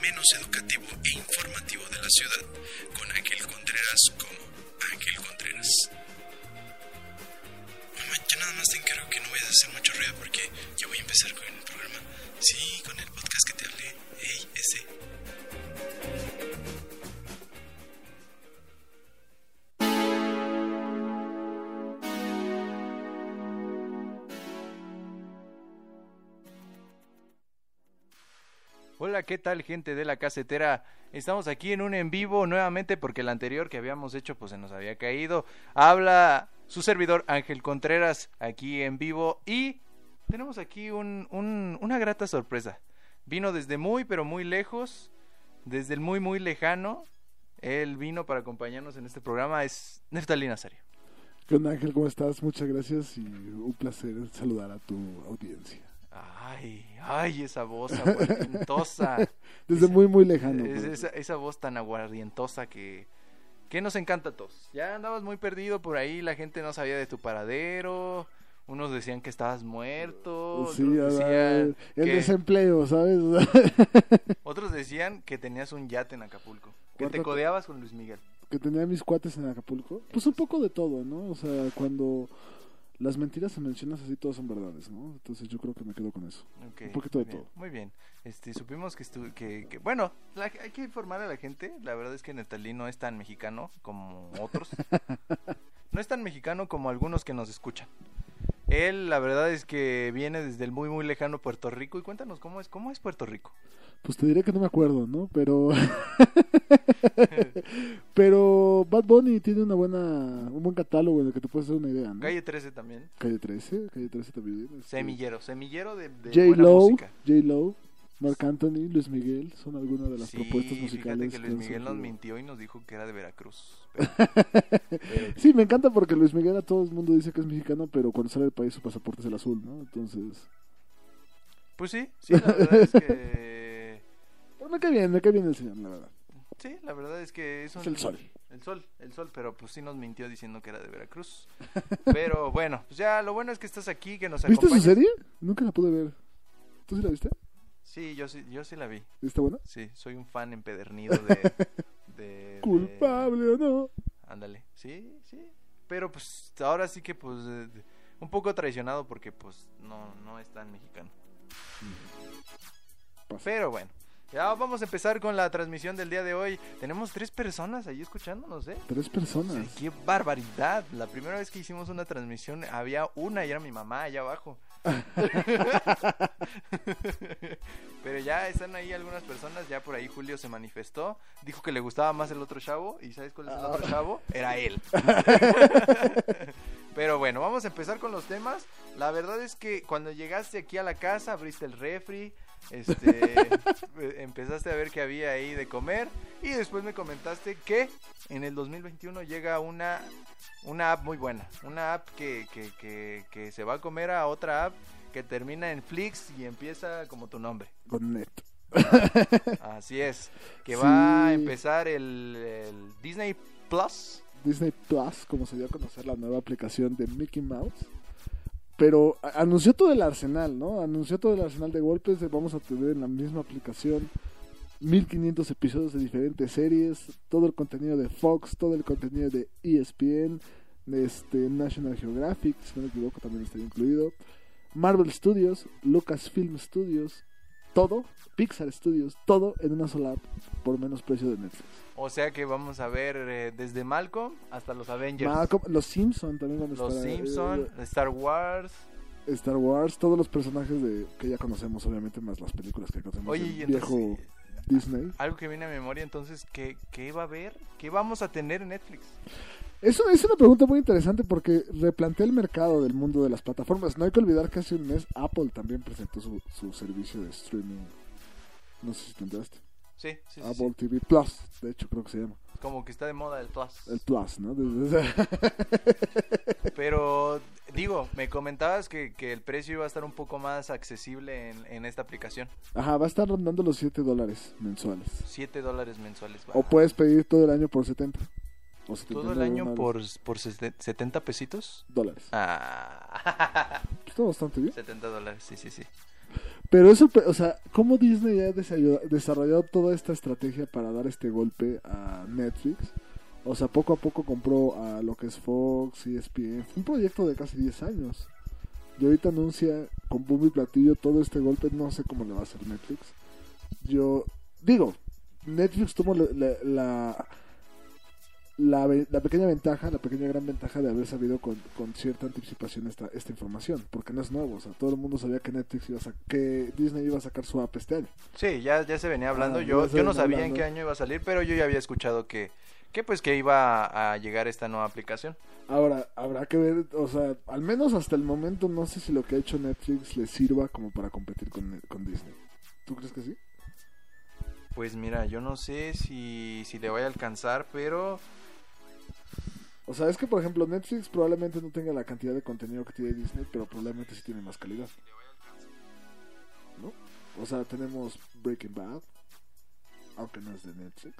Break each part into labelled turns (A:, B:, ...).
A: menos educativo e informativo de la ciudad, con Ángel Contreras como Ángel Contreras. Mamá, yo nada más te encargo que no vayas a hacer mucho ruido porque yo voy a empezar con el programa. Sí, con el podcast que te hablé. Ey, ese.
B: Hola, ¿qué tal gente de la casetera? Estamos aquí en un en vivo nuevamente porque el anterior que habíamos hecho pues se nos había caído. Habla su servidor Ángel Contreras aquí en vivo y tenemos aquí un- un- una grata sorpresa. Vino desde muy pero muy lejos, desde el muy muy lejano. Él vino para acompañarnos en este programa, es Neftalí Nazario.
C: ¿Qué onda Ángel? ¿Cómo estás? Muchas gracias y un placer saludar a tu audiencia.
B: Ay, ay, esa voz aguardientosa.
C: Desde
B: Esa-
C: muy, muy lejano.
B: Es-
C: pero-
B: esa, esa voz tan aguardientosa que, que nos encanta a todos. Ya andabas muy perdido por ahí, la gente no sabía de tu paradero. Unos decían que estabas muerto. Otros,
C: Sí, ah,
B: decían,
C: el
B: oh, que,
C: desempleo, ¿sabes?
B: otros decían que tenías un yate en Acapulco. Que te
C: Guárdate.
B: codeabas con Luis Miguel.
C: que tenía mis cuates en Acapulco. Pues un poco de todo, ¿no? O sea, cuando las mentiras se mencionas así, todas son verdades, ¿no? Entonces yo creo que me quedo con eso.
B: Ok,
C: Un poquito
B: muy
C: de
B: bien,
C: todo.
B: Muy bien. Este, supimos que, estu que, que- bueno, la- hay que informar a la gente. La verdad es que Neftalí no es tan mexicano como otros. no es tan mexicano como algunos que nos escuchan. Él, la verdad es que viene desde el muy, muy lejano Puerto Rico. Y cuéntanos, ¿cómo es, cómo es Puerto Rico?
C: Pues te diré que no me acuerdo, ¿no? Pero... Pero Bad Bunny tiene una buena, un buen catálogo en el que te puedes hacer una idea, ¿no?
B: Calle 13 también.
C: Calle 13, Calle 13 también. este,
B: Semillero, semillero de, de
C: J.
B: buena
C: Lo,
B: música.
C: J. Lo, Marc Anthony, Luis Miguel son algunas de las
B: Sí,
C: propuestas
B: fíjate
C: musicales.
B: que
C: que
B: Luis
C: han
B: Miguel nos
C: surgido.
B: mintió y nos dijo que era de Veracruz. Pero-
C: Sí, me encanta porque Luis Miguel a todo el mundo dice que es mexicano, pero cuando sale del país su pasaporte es el azul, ¿no? Entonces.
B: Pues sí, sí, la verdad es que...
C: Pero me cae bien, me cae bien el señor, la verdad.
B: Sí, la verdad es que es, un-
C: Es el sol.
B: El sol, el sol, pero pues sí nos mintió diciendo que era de Veracruz. Pero bueno, pues ya lo bueno es que estás aquí, que nos
C: ¿Viste
B: acompañas.
C: su serie? Nunca la pude ver. ¿Tú sí la viste?
B: Sí, yo sí, yo sí la vi.
C: ¿Está buena?
B: Sí, soy un fan empedernido de... de- de-
C: ¿Culpable o no?
B: Ándale, sí, sí. Pero pues ahora sí que pues eh, un poco traicionado porque pues no, no es tan mexicano.
C: Pasa.
B: Pero bueno, ya vamos a empezar con la transmisión del día de hoy. Tenemos tres personas ahí escuchándonos, ¿eh?
C: Tres personas.
B: Sí, qué barbaridad. La primera vez que hicimos una transmisión había una y era mi mamá allá abajo. Pero ya están ahí algunas personas, ya por ahí Julio se manifestó, dijo que le gustaba más el otro chavo y ¿sabes cuál es el otro chavo? Era él. Pero bueno, vamos a empezar con los temas. La verdad es que cuando llegaste aquí a la casa, abriste el refri, este, empezaste a ver qué había ahí de comer y después me comentaste que en el 2021 llega una, una app muy buena. Una app que, que, que, que se va a comer a otra app que termina en Flix y empieza como tu nombre.
C: Con net.
B: Así es. Que
C: Sí.
B: va a empezar el, el Disney Plus.
C: Disney Plus, como se dio a conocer la nueva aplicación de Mickey Mouse. Pero a- anunció todo el arsenal, ¿no? Anunció todo el arsenal de golpes. de vamos a tener en la misma aplicación 1500 episodios de diferentes series, todo el contenido de Fox, todo el contenido de E ESPN, este, National Geographic, si no me equivoco, también estaría incluido. Marvel Studios, Lucasfilm Studios, todo, Pixar Studios, todo en una sola app por menos precio de Netflix.
B: O sea que vamos a ver eh, desde Malcolm hasta los Avengers.
C: Malcolm- los Simpson también van a
B: los
C: estar, eh,
B: Simpson, Star Wars.
C: Star Wars, todos los personajes de que ya conocemos, obviamente, más las películas que conocemos
B: Oye,
C: del
B: y entonces, eh,
C: viejo Disney.
B: algo que viene a mi memoria, entonces, ¿qué, ¿qué va a haber? ¿Qué vamos a tener en Netflix?
C: Es una, es una pregunta muy interesante porque replantea el mercado del mundo de las plataformas. No hay que olvidar que hace un mes Apple también presentó su, su servicio de streaming. No sé si te enteraste.
B: Sí, sí, sí, sí.
C: Apple TV Plus, de hecho creo que se llama.
B: Como que está de moda el Plus.
C: El Plus, ¿no? Desde- desde-
B: Pero, digo, me comentabas que, que el precio iba a estar un poco más accesible en, en esta aplicación.
C: Ajá, va a estar rondando los 7 dólares mensuales.
B: 7 dólares mensuales.
C: O
B: va.
C: puedes pedir todo el año por 70. O
B: ¿Todo
C: 79
B: el año
C: dólares.
B: por, por sete- 70 pesitos?
C: dólares.
B: Ah,
C: Está bastante bien.
B: 70 dólares, sí, sí, sí.
C: Pero eso, o sea, ¿cómo Disney ha desayuda- desarrollado toda esta estrategia para dar este golpe a Netflix? O sea, poco a poco compró a lo que es Fox, E ESPN. Fue un proyecto de casi 10 años. Y ahorita anuncia con boom y platillo todo este golpe. No sé cómo le va a hacer Netflix. Yo digo, Netflix tuvo la, la, la, la ve- la pequeña ventaja, la pequeña gran ventaja de haber sabido con, con cierta anticipación esta, esta información. Porque no es nuevo. O sea, todo el mundo sabía que Netflix iba a sa- que Disney iba a sacar su app este año.
B: Sí, ya, ya se venía hablando.
C: Ah,
B: yo,
C: ya se
B: yo no
C: venía
B: sabía en
C: hablando.
B: qué año iba a salir, pero yo ya había escuchado que, que pues que iba a, a llegar esta nueva aplicación.
C: Ahora, habrá que ver, o sea, al menos hasta el momento no sé si lo que ha hecho Netflix le sirva como para competir con, con Disney. ¿Tú crees que sí?
B: Pues mira, yo no sé si, si le vaya a alcanzar, pero
C: O sea, es que por ejemplo Netflix probablemente no tenga la cantidad de contenido que tiene Disney, pero probablemente sí tiene más calidad. ¿No? O sea, tenemos Breaking Bad, aunque no es de Netflix.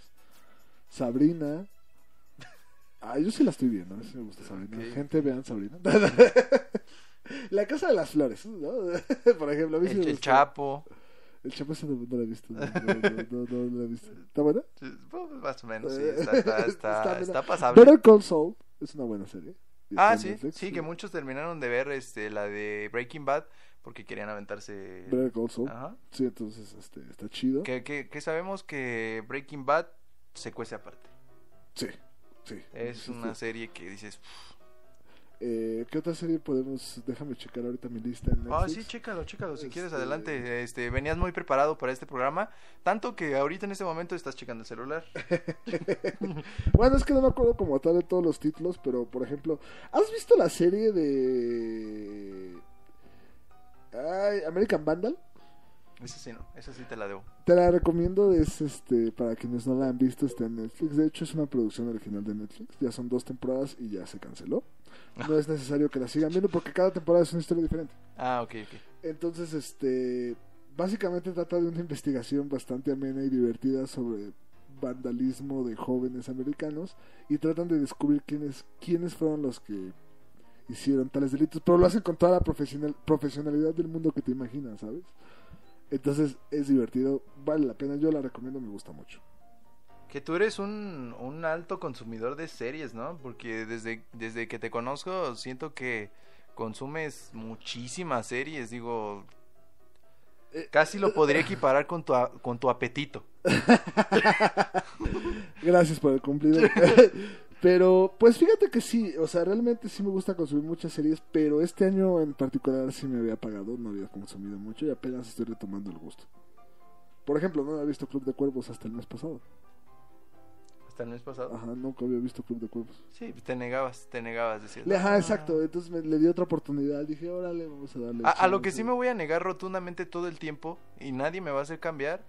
C: Sabrina. Ah, yo sí la estoy viendo, a mí sí me gusta Sabrina.
B: Ok.
C: Gente, vean Sabrina. la Casa de las Flores, ¿no? por ejemplo, a mí sí
B: el,
C: me
B: el
C: gustó.
B: Chapo,
C: El Chapo ese no, no lo he visto. No, no, no, no, no lo he visto. ¿Está buena?
B: eh, pues, más o menos, sí, está, está, está-
C: Está-
B: está pasable.
C: Better Call Saul es una buena serie. Y está
B: Ah,
C: en
B: sí,
C: Netflix,
B: sí, que muchos terminaron de ver este la de Breaking Bad porque querían aventarse...
C: Better Call Saul.
B: Ajá.
C: Sí, entonces este, está chido.
B: Que, que- que sabemos que Breaking Bad se cuece aparte.
C: Sí, sí.
B: Es
C: Sí,
B: una
C: sí.
B: serie que dices,
C: Eh, ¿Qué otra serie podemos...? Déjame checar ahorita mi lista en
B: Ah,
C: Netflix.
B: sí, chécalo, chécalo, si quieres,
C: Este-
B: adelante. Este, venías muy preparado para este programa, tanto que ahorita en este momento estás checando el celular.
C: Bueno, es que no me acuerdo como tal de todos los títulos, pero por ejemplo, ¿has visto la serie de... Ay, American Vandal?
B: Esa sí, no, esa sí te la debo.
C: Te la recomiendo, es este, para quienes no la han visto, está en Netflix. De hecho, es una producción original de Netflix. Ya son dos temporadas y ya se canceló. No es necesario que la sigan viendo porque cada temporada es una historia diferente.
B: Ah, ok, ok.
C: Entonces, este, básicamente trata de una investigación bastante amena y divertida sobre vandalismo de jóvenes americanos y tratan de descubrir quiénes, quiénes fueron los que hicieron tales delitos, pero lo hacen con toda la profesional- profesionalidad del mundo que te imaginas, ¿sabes? Entonces es divertido, vale la pena, yo la recomiendo, me gusta mucho.
B: Que tú eres un, un alto consumidor de series, ¿no? Porque desde, desde que te conozco siento que consumes muchísimas series, digo...
C: Eh,
B: Casi lo podría equiparar con tu, a- con tu apetito.
C: Gracias por el cumplido. pero, pues fíjate que sí, o sea, realmente sí me gusta consumir muchas series, pero este año en particular sí me había pagado, no había consumido mucho y apenas estoy retomando el gusto. Por ejemplo, no había visto Club de Cuervos hasta el mes pasado.
B: Hasta el mes pasado.
C: Ajá, nunca había visto Club de Cuervos.
B: Sí, pues, te negabas, te negabas, decías.
C: Le- Ajá,
B: "Ah".
C: exacto. Entonces me- le di otra oportunidad. Dije, órale, vamos a darle.
B: A, a lo
C: chance".
B: que sí me voy a negar rotundamente todo el tiempo y nadie me va a hacer cambiar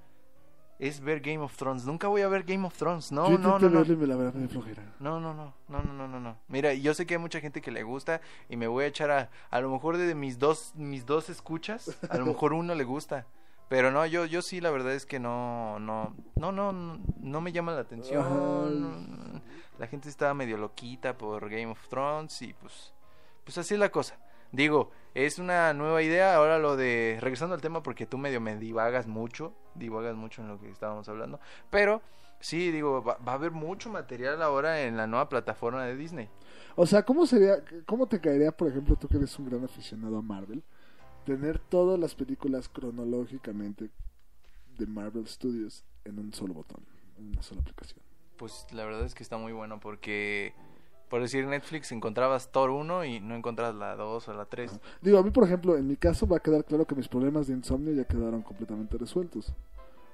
B: es ver Game of Thrones. Nunca voy a ver Game of Thrones. No,
C: Yo
B: no,
C: intenté
B: no, no.
C: verlo y me la verdad me dio flojera.
B: No, no, no, no, no, no, no, no. Mira, yo sé que hay mucha gente que le gusta y me voy a echar a, a lo mejor de mis dos, mis dos escuchas, a lo mejor uno le gusta. Pero no, yo, yo sí, la verdad es que no, no, no, no, no, no me llama la atención.
C: Ajá.
B: no, La gente estaba medio loquita por Game of Thrones y pues, pues así es la cosa. Digo, es una nueva idea. Ahora lo de, regresando al tema porque tú medio me divagas mucho, divagas mucho en lo que estábamos hablando. Pero sí, digo, va, va a haber mucho material ahora en la nueva plataforma de Disney.
C: O sea, ¿cómo sería, cómo te caería, por ejemplo, tú que eres un gran aficionado a Marvel, tener todas las películas cronológicamente de Marvel Studios en un solo botón, en una sola aplicación?
B: Pues la verdad es que está muy bueno porque, por decir Netflix, encontrabas Thor 1 y no encontrabas la 2 o la 3.
C: Digo, a mí, por ejemplo, en mi caso va a quedar claro que mis problemas de insomnio ya quedaron completamente resueltos.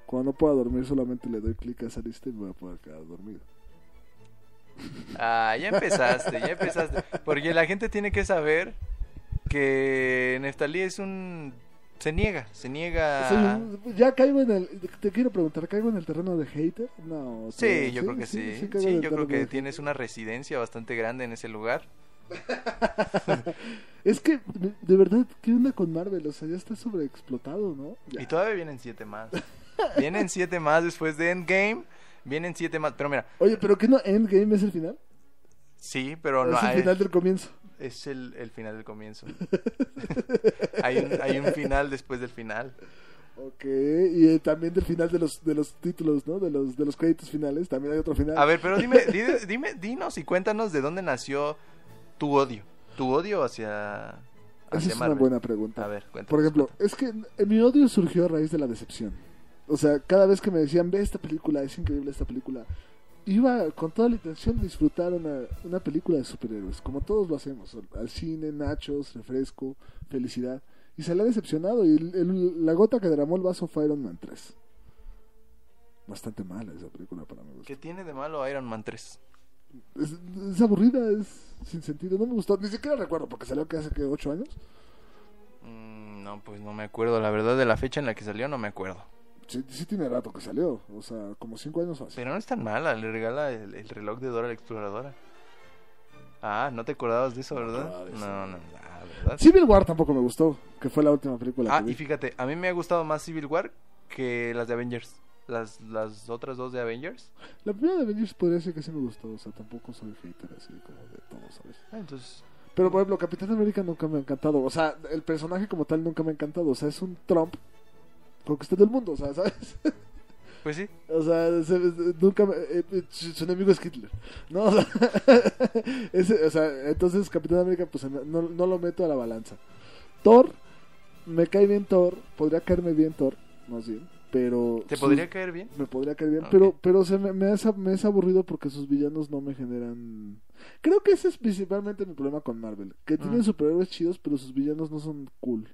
C: Cuando no pueda dormir, solamente le doy clic a esa lista y me voy a poder quedar dormido.
B: Ah, ya empezaste, ya empezaste. Porque la gente tiene que saber que Neftalí es un... Se niega, se niega...
C: Soy un- ya caigo en el. Te quiero preguntar, ¿caigo en el terreno de hater? No.
B: Sí,
C: te-
B: yo creo que sí. Sí,
C: caigo en el
B: yo creo
C: terreno de
B: que
C: hater.
B: tienes una residencia bastante grande en ese lugar.
C: Es que, de- de verdad, ¿qué onda con Marvel? O sea, ya está sobreexplotado, ¿no? Ya.
B: Y todavía vienen siete más. vienen siete más después de Endgame. Vienen siete más. Pero mira,
C: Oye, pero ¿qué no? ¿Endgame es el final?
B: sí, pero
C: es
B: no
C: el
B: hay.
C: final del comienzo.
B: es el, el final del comienzo. hay, un, hay un final después del final.
C: Ok, y eh, también del final de los, de los títulos, ¿no? De los, de los créditos finales, también hay otro final.
B: A ver, pero dime, di- dime, dinos y cuéntanos de dónde nació tu odio. Tu odio hacia,
C: Esa
B: hacia
C: es
B: Marvel.
C: una buena pregunta.
B: A ver, cuéntanos.
C: Por ejemplo, es que eh, mi odio surgió a raíz de la decepción. O sea, cada vez que me decían, ve esta película, es increíble esta película, iba con toda la intención de disfrutar una, una película de superhéroes, como todos lo hacemos, al- al cine, nachos, refresco, felicidad. Y se le ha decepcionado y el- el- la gota que derramó el vaso fue Iron Man 3. Bastante mala esa película para mí.
B: ¿Qué tiene de malo Iron Man 3?
C: Es, es aburrida, es sin sentido, no me gustó, ni siquiera recuerdo porque salió que hace que 8 años.
B: Mm, no, pues no me acuerdo. La verdad, de la fecha en la que salió, no me acuerdo.
C: Sí, sí tiene rato que salió, o sea, como 5 años o así.
B: Pero no es tan mala. Le regala el, el reloj de Dora la Exploradora. Ah, ¿no te acordabas de eso,
C: acordaba
B: verdad?
C: de eso.
B: No, no, no, la ¿verdad?
C: Civil War tampoco me gustó, que fue la última película
B: Ah,
C: que vi.
B: y fíjate, a mí me ha gustado más Civil War que las de Avengers. Las, las otras dos de Avengers.
C: La primera de Avengers podría decir que sí me gustó, o sea, tampoco soy hater así como de todo, ¿sabes?
B: Ah, entonces,
C: Pero por ejemplo, Capitán América nunca me ha encantado, o sea, el personaje como tal nunca me ha encantado, o sea, es un Trump conquistando el mundo, o sea, ¿sabes?
B: pues sí.
C: O sea, se- nunca me- eh, eh, su su enemigo es Hitler, ¿no? O sea, ese- o sea, entonces Capitán América pues no, no lo meto a la balanza. Thor, me cae bien Thor, podría caerme bien Thor, más bien, pero...
B: ¿Te
C: sus-
B: podría caer bien?
C: me podría caer bien,
B: Ok.
C: pero, pero se me, me, es, me es aburrido porque sus villanos no me generan... Creo que ese es principalmente mi problema con Marvel, que tienen
B: Mm.
C: superhéroes chidos, pero sus villanos no son cool.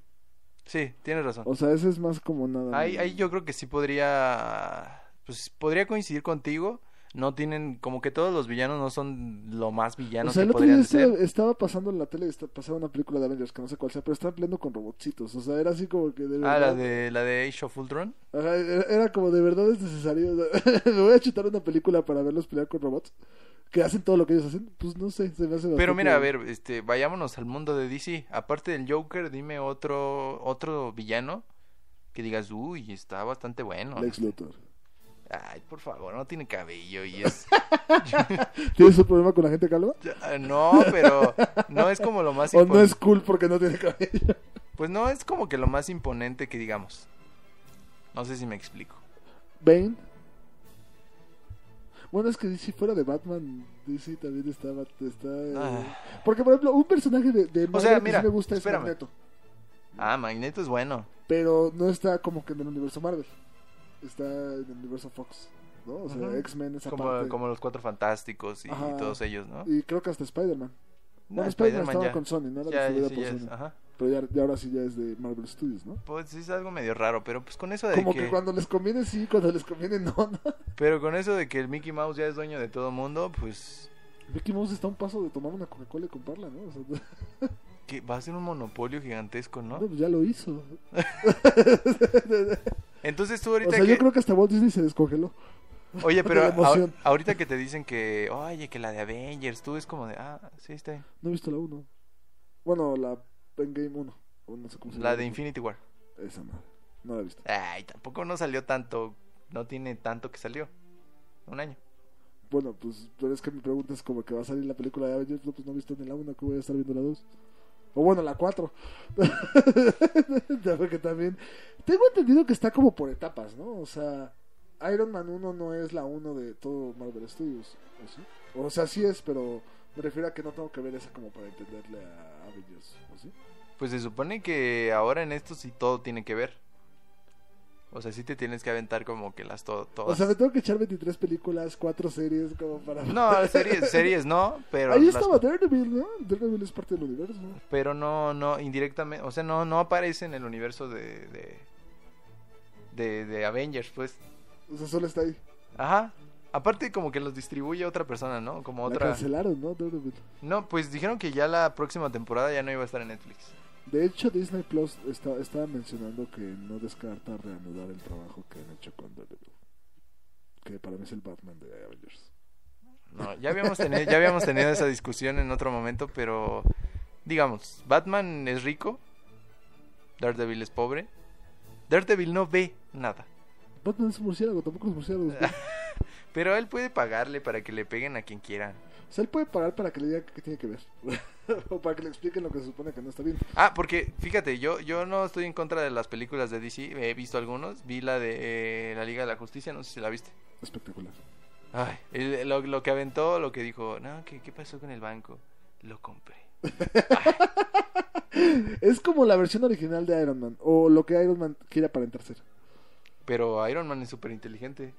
B: Sí, tienes razón.
C: O sea, ese es más como nada.
B: Ah. Ahí,
C: más.
B: ahí yo creo que sí podría. Pues podría coincidir contigo. No tienen. Como que todos los villanos no son lo más
C: O
B: villanos que
C: sea, el otro día
B: podrían
C: estaba,
B: ser.
C: estaba pasando en la tele, está- pasaba una película de Avengers, que no sé cuál sea, pero estaban peleando con robotcitos. O sea, era así como que de
B: Ah,
C: verdad.
B: la de, la de Age of Ultron.
C: Ajá, era, era como de verdad es necesario. o sea, Me voy a chutar una película para verlos pelear con robots que hacen todo lo que ellos hacen. Pues no sé, se me hace bastante-
B: Pero mira, a ver, este, vayámonos al mundo de DC. Aparte del Joker, dime otro, otro villano que digas, uy, está bastante bueno.
C: Lex Luthor.
B: Ay, por favor, no tiene cabello y es.
C: ¿Tienes un problema con la gente calva?
B: Ah, no, pero no es como lo más
C: o no
B: impon-
C: es cool porque no tiene cabello.
B: Pues no es como que lo más imponente que digamos. No sé si me explico.
C: Bane. Bueno, es que si fuera de Batman, DC también estaba. Está, eh,
B: Ah.
C: Porque, por ejemplo, un personaje de, de Marvel
B: sea,
C: que
B: mira,
C: sí me gusta es
B: espérame.
C: Magneto.
B: Ah, Magneto es bueno.
C: Pero no está como que en el universo Marvel. Está en el universo Fox. ¿no? O sea,
B: Ujú.
C: X-Men, esa
B: Como,
C: parte.
B: como los cuatro fantásticos y, y
C: Ajá.
B: todos ellos, ¿no?
C: Y creo que hasta Spider-man.
B: No,
C: Bueno, Spider-Man
B: Spider-Man
C: estaba
B: ya.
C: con Sony, ¿no? Era
B: Ya,
C: distribuida
B: sí,
C: por
B: ya es,
C: Sony.
B: ajá.
C: Pero ya, ya ahora sí ya es de Marvel Studios, ¿no?
B: Pues sí es algo medio raro, pero pues con eso de
C: Como
B: que...
C: que cuando les conviene sí, cuando les conviene no, ¿no?
B: Pero con eso de que el Mickey Mouse ya es dueño de todo mundo, pues...
C: Mickey Mouse está a un paso de tomar una Coca-Cola y comprarla, ¿no? O sea,
B: Que va a ser un monopolio gigantesco, ¿no?
C: no, pues ya lo hizo.
B: Entonces tú
C: O
B: ahorita
C: sea,
B: que...
C: yo creo que hasta Walt Disney se descongeló.
B: Oye,
C: de
B: pero
C: la
B: ahor-
C: emoción.
B: ahorita que te dicen que... Oye, que la de Avengers, tú es como de... Ah, sí, está bien.
C: No he visto la 1. Bueno, la Endgame 1. O Pues no sé cómo se
B: La
C: llama.
B: de Infinity War.
C: Esa madre. No la he visto.
B: Ay, tampoco no salió tanto. No tiene tanto que salió. Un año.
C: Bueno, pues, pero es que mi pregunta es como que va a salir la película de Avengers. No, pues no he visto ni la 1, que voy a estar viendo la 2. O bueno, la 4. Porque también... Tengo entendido que está como por etapas, ¿no? O sea, Iron Man 1 no es la 1 de todo Marvel Studios. ¿o sí? O sea, sí es, pero me refiero a que no tengo que ver esa como para entenderle a Avengers. ¿o sí?
B: Pues se supone que ahora en esto sí todo tiene que ver. O sea, sí te tienes que aventar como que las to- todas.
C: O sea, me tengo que echar 23 películas, 4 series, como para...
B: No, series, series no, pero
C: Ahí
B: las-
C: estaba Daredevil, ¿no? Daredevil es parte del universo.
B: pero no no indirectamente, o sea, no no aparece en el universo de de de, de Avengers, pues.
C: O sea, solo está ahí.
B: Ajá. Aparte como que los distribuye otra persona, ¿no? Como
C: La
B: otra.
C: cancelaron, ¿no? Daredevil.
B: No, pues dijeron que ya la próxima temporada ya no iba a estar en Netflix.
C: De hecho, Disney Plus está, estaba mencionando que no descarta reanudar el trabajo que han hecho con Daredevil. Que para mí es el Batman de Avengers.
B: No, ya habíamos tenido, ya habíamos tenido esa discusión en otro momento, pero digamos, Batman es rico, Daredevil es pobre, Daredevil no ve nada,
C: Batman es un murciélago, tampoco los murciélagos. ven.
B: pero él puede pagarle para que le peguen a quien quieran.
C: o sea, él puede pagar para que le diga qué tiene que ver. o para que le expliquen lo que se supone que no está bien.
B: Ah, porque fíjate, yo, yo no estoy en contra de las películas de DC, he visto algunos, vi la de eh, la Liga de la Justicia, no sé si la viste.
C: Espectacular.
B: Ay, el- lo, lo que aventó, lo que dijo, no, ¿qué, qué pasó con el banco? Lo compré.
C: Es como la versión original de Iron Man, o lo que Iron Man quiere aparentar ser.
B: Pero Iron Man es súper inteligente.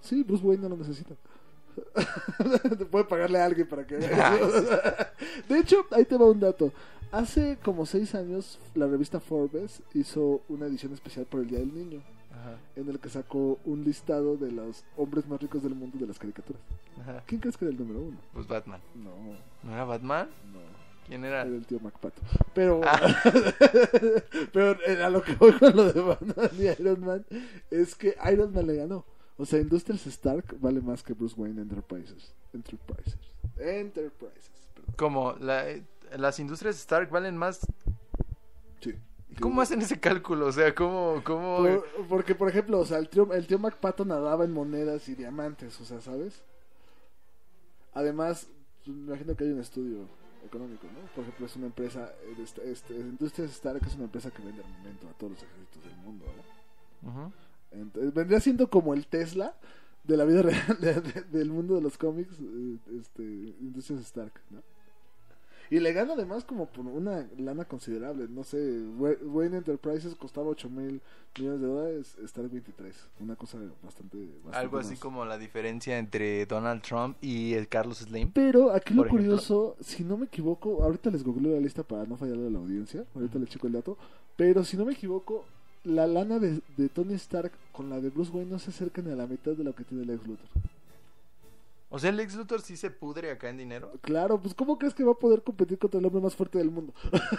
C: Sí, Bruce Wayne no lo necesita. Te puede pagarle a alguien para que...
B: Ah,
C: de hecho, ahí te va un dato. Hace como seis años, la revista Forbes hizo una edición especial por el Día del Niño,
B: Ajá,
C: en el que sacó un listado de los hombres más ricos del mundo de las caricaturas.
B: ajá.
C: ¿Quién crees que era el número uno?
B: Pues Batman.
C: No,
B: ¿No era Batman?
C: no.
B: ¿Quién era?
C: Era el tío MacPato. Pero, pero eh, a lo que voy con lo de Batman y Iron Man es que Iron Man le ganó. O sea, Industrial Stark vale más que Bruce Wayne Enterprises. Enterprises. Enterprises, perdón.
B: Como la- las industrias Stark valen más.
C: Sí.
B: ¿Cómo hacen ese cálculo? O sea, ¿cómo, cómo
C: Por- porque, por ejemplo, o sea, el tío, el tío MacPato nadaba en monedas y diamantes, o sea, ¿sabes? Además, pues, me imagino que hay un estudio económico, ¿no? Por ejemplo, es una empresa, el est- este, Industrias Stark es una empresa que vende armamento a todos los ejércitos del mundo, ¿no?
B: Ujú.
C: Entonces, vendría siendo como el Tesla de la vida real, de- de- del mundo de los cómics, eh, este, Industrias Stark, ¿no? Y le gana además como por una lana considerable, no sé, Wa- Wayne Enterprises costaba 8 mil millones de dólares, Stark 23, una cosa bastante... bastante
B: Algo así
C: más.
B: como la diferencia entre Donald Trump y el Carlos Slim.
C: Pero aquí lo
B: Por ejemplo.
C: curioso, si no me equivoco, ahorita les googleo la lista para no fallarle a la audiencia, ahorita les checo el dato, pero si no me equivoco, la lana de, de Tony Stark con la de Bruce Wayne no se acerca ni a la mitad de lo que tiene Lex Luthor.
B: O sea, el ex Luthor sí se pudre acá en dinero.
C: Claro, pues ¿cómo crees que va a poder competir contra el hombre más fuerte del mundo?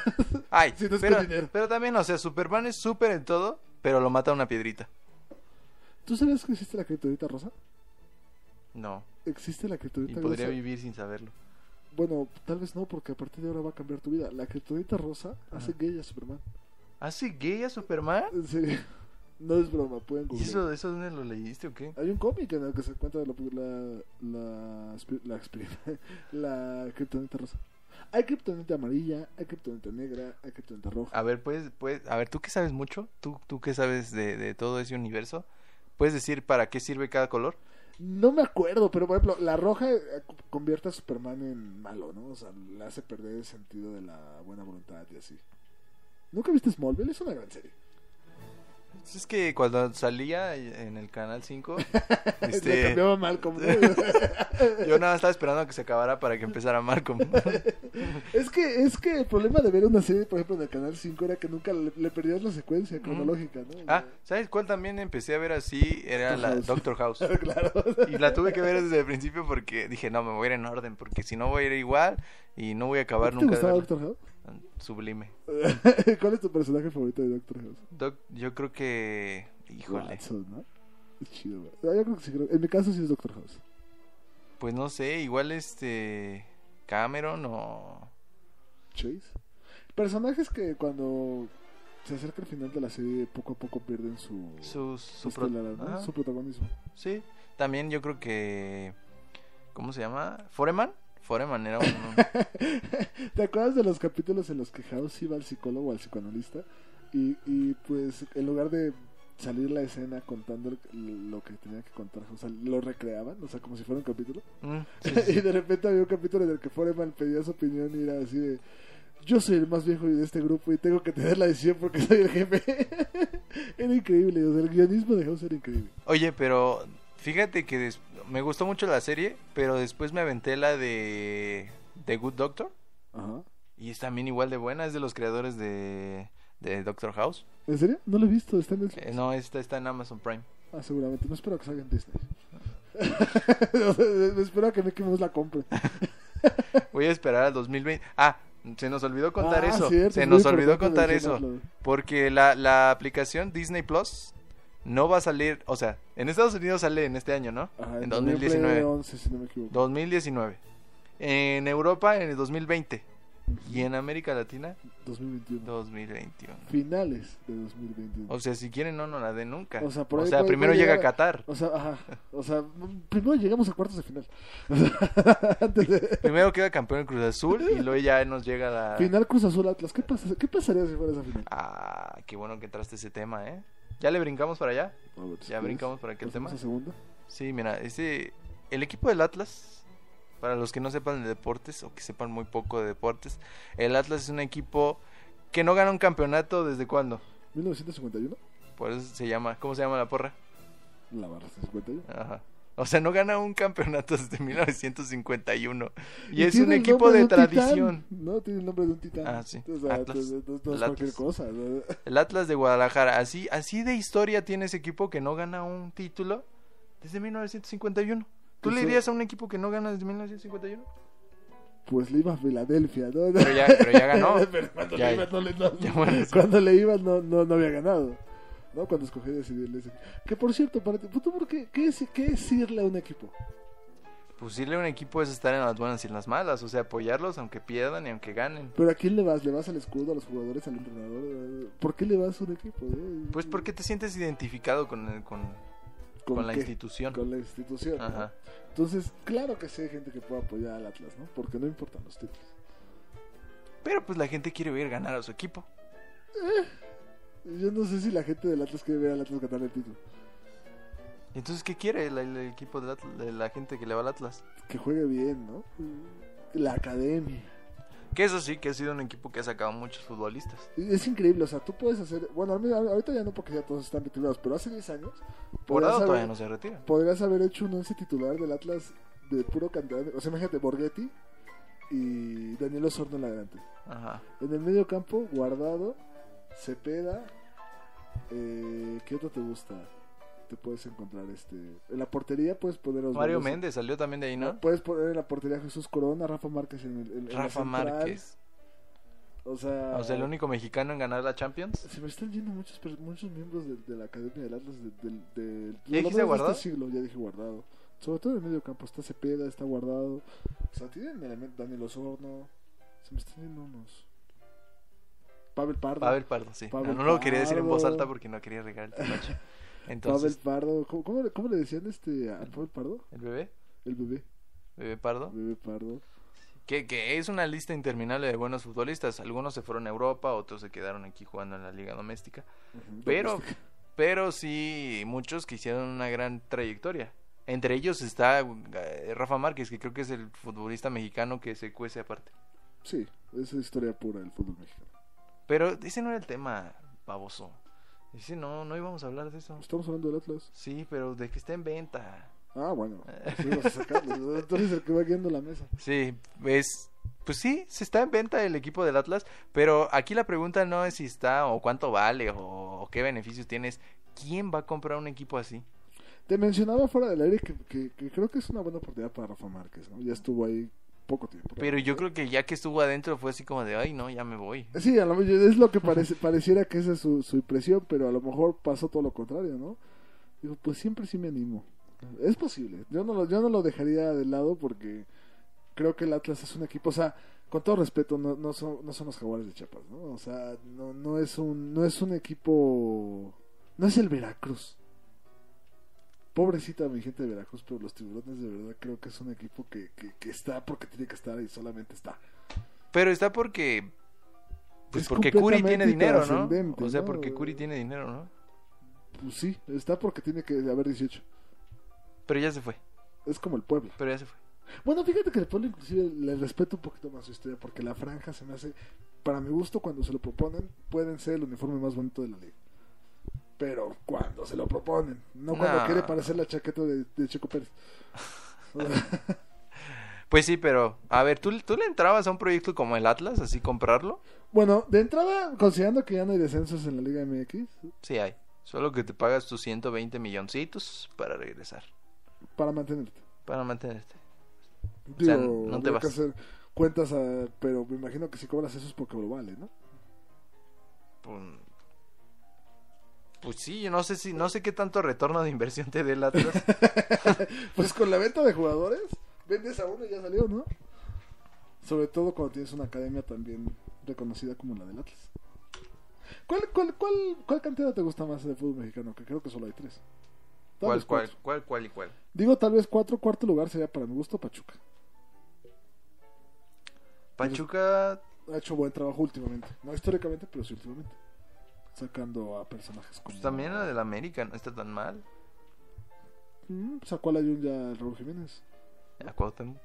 B: Ay,
C: Sí, no es
B: pero,
C: con dinero.
B: pero también, o sea, Superman es súper en todo, pero lo mata una piedrita.
C: ¿Tú sabes que existe la criptonita rosa?
B: No,
C: Existe la
B: y
C: criptonita
B: podría
C: rosa.
B: vivir sin saberlo.
C: Bueno, tal vez no, porque a partir de ahora va a cambiar tu vida. La criptonita rosa hace gay a Superman.
B: ¿Hace gay a Superman?
C: En serio. No es broma, pueden
B: ¿Y
C: googlear.
B: eso, eso dónde lo leíste o qué?
C: Hay un cómic en el que se encuentra la la la, espi- la, espi- la kriptonita rosa. Hay kriptonita amarilla, hay kriptonita negra, hay kriptonita roja.
B: A ver, pues, pues, a ver, tú que sabes mucho, tú, tú que sabes de, de todo ese universo, ¿puedes decir para qué sirve cada color?
C: No me acuerdo, pero por ejemplo, la roja eh, cu- convierte a Superman en malo, ¿no? O sea, le hace perder el sentido de la buena voluntad y así. ¿Nunca viste Smallville? Es una gran serie.
B: Pues Es que cuando salía en el canal 5,
C: Le
B: este,
C: cambiaba mal como...
B: yo nada más estaba esperando a que se acabara para que empezara Malcolm.
C: Es que, es que el problema de ver una serie, por ejemplo, en el Canal 5 era que nunca le, le perdías la secuencia cronológica, ¿no?
B: ah, ¿sabes cuál también empecé a ver así? Era la Doctor
C: Doctor
B: House.
C: claro.
B: Y la tuve que ver desde el principio porque dije, no, me voy a ir en orden, porque si no voy a ir igual y no voy a acabar
C: ¿Te
B: nunca. de
C: gustaba
B: verla.
C: Doctor House?
B: Sublime.
C: ¿Cuál es tu personaje favorito de Doctor House?
B: Doc, yo creo que... Híjole.
C: Watson, ¿no? Es chido, güey. Ah, Yo creo que sí, creo- En mi caso sí es Doctor House.
B: Pues no sé, igual este... Cameron o...
C: Chase. Personajes que cuando se acerca el final de la serie poco a poco pierden su,
B: Su, su, pro-
C: estelar, ¿no?
B: Ajá,
C: Este, su protagonismo.
B: Sí. También yo creo que... ¿Cómo se llama? Foreman. Foreman era un...
C: ¿Te acuerdas de los capítulos en los que House iba al psicólogo, al psicoanalista? Y, y, pues en lugar de salir la escena contando el- lo que tenía que contar, o sea, lo recreaban, o sea, como si fuera un capítulo.
B: Mm, sí, sí, sí.
C: y de repente había un capítulo en el que Foreman pedía su opinión y era así de... Yo soy el más viejo de este grupo y tengo que tener la decisión porque soy el jefe. era increíble, o sea, el guionismo de House era increíble.
B: Oye, pero fíjate que des- me gustó mucho la serie, pero después me aventé la de The Good Doctor.
C: Ajá.
B: Y es también igual de buena, es de los creadores de, de Doctor House.
C: ¿En serio? No lo he visto, está en Netflix.
B: Eh, no, esta está en Amazon Prime.
C: Ah, seguramente. No espero que salga en Disney. O sea, me espero a que Mickey Mouse la compre.
B: Voy a esperar al 2020. Ah, se nos olvidó contar
C: Ah,
B: eso.
C: cierto,
B: se
C: es
B: nos
C: muy
B: olvidó
C: importante
B: contar eso.
C: mencionarlo.
B: Porque la, la aplicación Disney Plus no va a salir, o sea, en Estados Unidos sale en este año, ¿no?
C: Ajá,
B: en
C: noviembre
B: 2019.
C: 11, si no me equivoco.
B: 2019. En Europa en el 2020. Y en América Latina,
C: 2021.
B: 2021.
C: Finales de 2021.
B: O sea, si quieren, no nos la den nunca.
C: O
B: O
C: sea,
B: sea,
C: por ahí puede-
B: primero
C: puede
B: llega
C: llegar a-
B: Qatar.
C: O sea, ajá. O sea, primero llegamos a cuartos de final. O sea, antes de-
B: Primero queda campeón el Cruz Azul y luego ya nos llega la.
C: Final Cruz Azul Atlas. ¿Qué, pasa- ¿Qué pasaría si fuera esa final?
B: Ah, qué bueno que entraste ese tema, ¿eh? ¿Ya le brincamos para allá?
C: A ver, si
B: ¿Ya
C: quieres,
B: brincamos para aquel
C: pues, nos vamos
B: tema?
C: a segunda.
B: Sí, mira, ese, el equipo del Atlas, para los que no sepan de deportes o que sepan muy poco de deportes, el Atlas es un equipo que no gana un campeonato desde cuándo.
C: 1951.
B: Por eso se llama, ¿cómo se llama la porra?
C: La barra 51.
B: Ajá. O sea, no gana un campeonato desde 1951. Y, es
C: tiene
B: un
C: el
B: equipo
C: nombre
B: de
C: un titán,
B: tradición.
C: no, tiene el nombre de un titán.
B: Ah, sí.
C: O sea,
B: Atlas.
C: no- no- no es
B: El
C: cualquier
B: Atlas.
C: cosa. ¿no?
B: El Atlas de Guadalajara. Así, así de historia tiene ese equipo que no gana un título desde 1951. ¿Tú le
C: Eso-
B: dirías a un equipo que no gana desde 1951?
C: Pues le iba a Filadelfia,
B: Pero
C: ¿no?
B: ya, pero ya ganó.
C: Pero cuando,
B: Ya-
C: le iba, no, le- no-
B: ya bueno, sí.
C: cuando le iba, no, no, no había ganado. ¿No? Cuando escogí decidirle ese. Que por cierto, para ti, ¿tú por qué, qué, es, ¿qué es irle a un equipo?
B: Pues irle a un equipo es estar en las buenas y en las malas. O sea, apoyarlos aunque pierdan y aunque ganen.
C: ¿Pero a quién le vas? ¿Le vas al escudo, a los jugadores, al entrenador? Eh, ¿Por qué le vas a un equipo? eh?
B: Pues porque te sientes identificado con, el- con,
C: ¿Con
B: con la
C: qué?
B: institución.
C: Con la institución. ¿no?
B: Ajá.
C: Entonces, claro que sí hay gente que puede apoyar al Atlas, ¿no? Porque no importan los títulos.
B: Pero pues la gente quiere ver ganar a su equipo.
C: Yo no sé si la gente del Atlas quiere ver al Atlas ganar el título.
B: Entonces, ¿qué quiere el, el equipo del Atl- de la gente que le va al Atlas?
C: Que juegue bien, ¿no? La academia.
B: Que eso sí, que ha sido un equipo que ha sacado muchos futbolistas.
C: Es increíble, o sea, tú puedes hacer. Bueno, a mí- a- ahorita ya no porque ya todos están retirados, pero hace 10 años.
B: Por
C: podrías haber-
B: todavía no se retira.
C: podrías haber hecho un once titular del Atlas de puro cantidad. O sea, imagínate, Borghetti y Daniel Osorno en la delante.
B: Ajá.
C: En el medio campo, Guardado, Cepeda. Eh, ¿Qué otro te gusta? Te puedes encontrar este. En la portería puedes poner a Osvaldo
B: Mario
C: Sa-
B: Méndez salió también de ahí, ¿no?
C: Puedes poner en la portería a Jesús Corona, Rafa Márquez en el. pues, en- en la
B: Rafa
C: central, ah,
B: Márquez.
C: O sea,
B: O sea, el único mexicano en ganar la Champions.
C: Se me están yendo muchos, per- muchos miembros de, de la Academia del Atlas del... del- del-
B: ¿Ya dijiste
C: lo menos de
B: guardado?
C: Este siglo, ya dije guardado. Sobre todo en el medio campo. Está Cepeda, está guardado. O sea, tienen elementos... Daniel Osorno. Se me están yendo unos... Pavel Pardo.
B: Pavel Pardo, sí.
C: Pavel
B: no lo quería decir en voz
C: Pardo.
B: alta porque no quería regar el tepache.
C: Pavel
B: Entonces,
C: Pardo. ¿Cómo, cómo le- cómo le decían este a Pavel Pardo?
B: el bebé,
C: El bebé.
B: bebé eh, Pardo,
C: Bebé Pardo.
B: que, que es una lista interminable de buenos futbolistas. Algunos se fueron a Europa, otros se quedaron aquí jugando en la liga doméstica.
C: Ujú,
B: Pero,
C: doméstica.
B: pero sí, muchos que hicieron una gran trayectoria. Entre ellos está eh, Rafa Márquez, que creo que es el futbolista mexicano que se cuece aparte.
C: Este, Sí, es historia pura del fútbol mexicano.
B: Pero ese no era el tema, baboso. Ese no, no íbamos a hablar de eso.
C: Estamos hablando del Atlas.
B: Sí, pero de que está en venta.
C: Ah, bueno. Pues ibas a sacarlo. Tú eres el que va guiando la mesa.
B: Sí, es... Pues sí, se está en venta el equipo del Atlas, pero aquí la pregunta no es si está o cuánto vale o, qué beneficios tienes. ¿Quién va a comprar un equipo así?
C: Te mencionaba fuera del aire que, que- que creo que es una buena oportunidad para Rafa Márquez, ¿no? Ya estuvo ahí poco tiempo.
B: Pero yo creo que ya que estuvo adentro fue así como de, ay, no, ya me voy.
C: Sí, a lo mejor es lo que parece, pareciera que esa es su, su impresión, pero a lo mejor pasó todo lo contrario, ¿no? Digo, pues siempre sí me animo. Es posible. Yo no lo, yo no lo dejaría de lado porque creo que el Atlas es un equipo, o sea, con todo respeto, no, no, son, no son los jaguares de Chiapas, ¿no? O sea, no, no, es un, no es un equipo... No es el Veracruz. Pobrecita mi gente de Veracruz, pero los tiburones de verdad creo que es un equipo que, que, que está porque tiene que estar y solamente está.
B: Pero está porque... Pues
C: Es
B: porque Curi
C: completamente
B: tiene dinero, ¿no?
C: intrascendente,
B: O sea,
C: ¿no? Eh.
B: porque Curi tiene dinero, ¿no?
C: Pues sí, está porque tiene que haber 18.
B: Pero ya se fue,
C: Es como el Puebla.
B: pero ya se fue.
C: Bueno, fíjate que el Puebla inclusive le respeto un poquito más su historia porque la franja se me hace, para mi gusto, cuando se lo proponen, pueden ser el uniforme más bonito de la liga. Pero cuando se lo proponen, no cuando
B: Nah.
C: quiere parecer la chaqueta de, de Checo Pérez. O sea,
B: Pues sí, pero... A ver, ¿tú, ¿tú le entrabas a un proyecto como el Atlas, así comprarlo?
C: bueno, de entrada, considerando que ya no hay descensos en la Liga MX,
B: Sí hay. Solo que te pagas tus 120 milloncitos para regresar,
C: para mantenerte.
B: para mantenerte.
C: Digo,
B: O sea, no te
C: habría
B: vas.
C: que hacer cuentas, a- pero me imagino que si cobras eso es porque lo vale, ¿no?
B: Pues, pues sí, yo no sé si no sé qué tanto retorno de inversión te dé el Atlas.
C: Pues con la venta de jugadores, vendes a uno y ya salió, ¿no? Sobre todo cuando tienes una academia también reconocida como la del Atlas. ¿Cuál, cuál, cuál, cuál cantera te gusta más de fútbol mexicano? Que creo que solo hay tres. Tal
B: ¿Cuál,
C: vez
B: cuál,
C: cuatro.
B: cuál, cuál y cuál?
C: Digo, tal vez cuatro. Cuarto lugar sería para mi gusto Pachuca.
B: Pachuca,
C: Ha hecho buen trabajo últimamente. No históricamente, pero sí últimamente. Sacando a personajes como...
B: pues también la del América no está tan mal.
C: Mm, Sacó a la Jun ya Raúl Jiménez.
B: A Cuauhtémoc.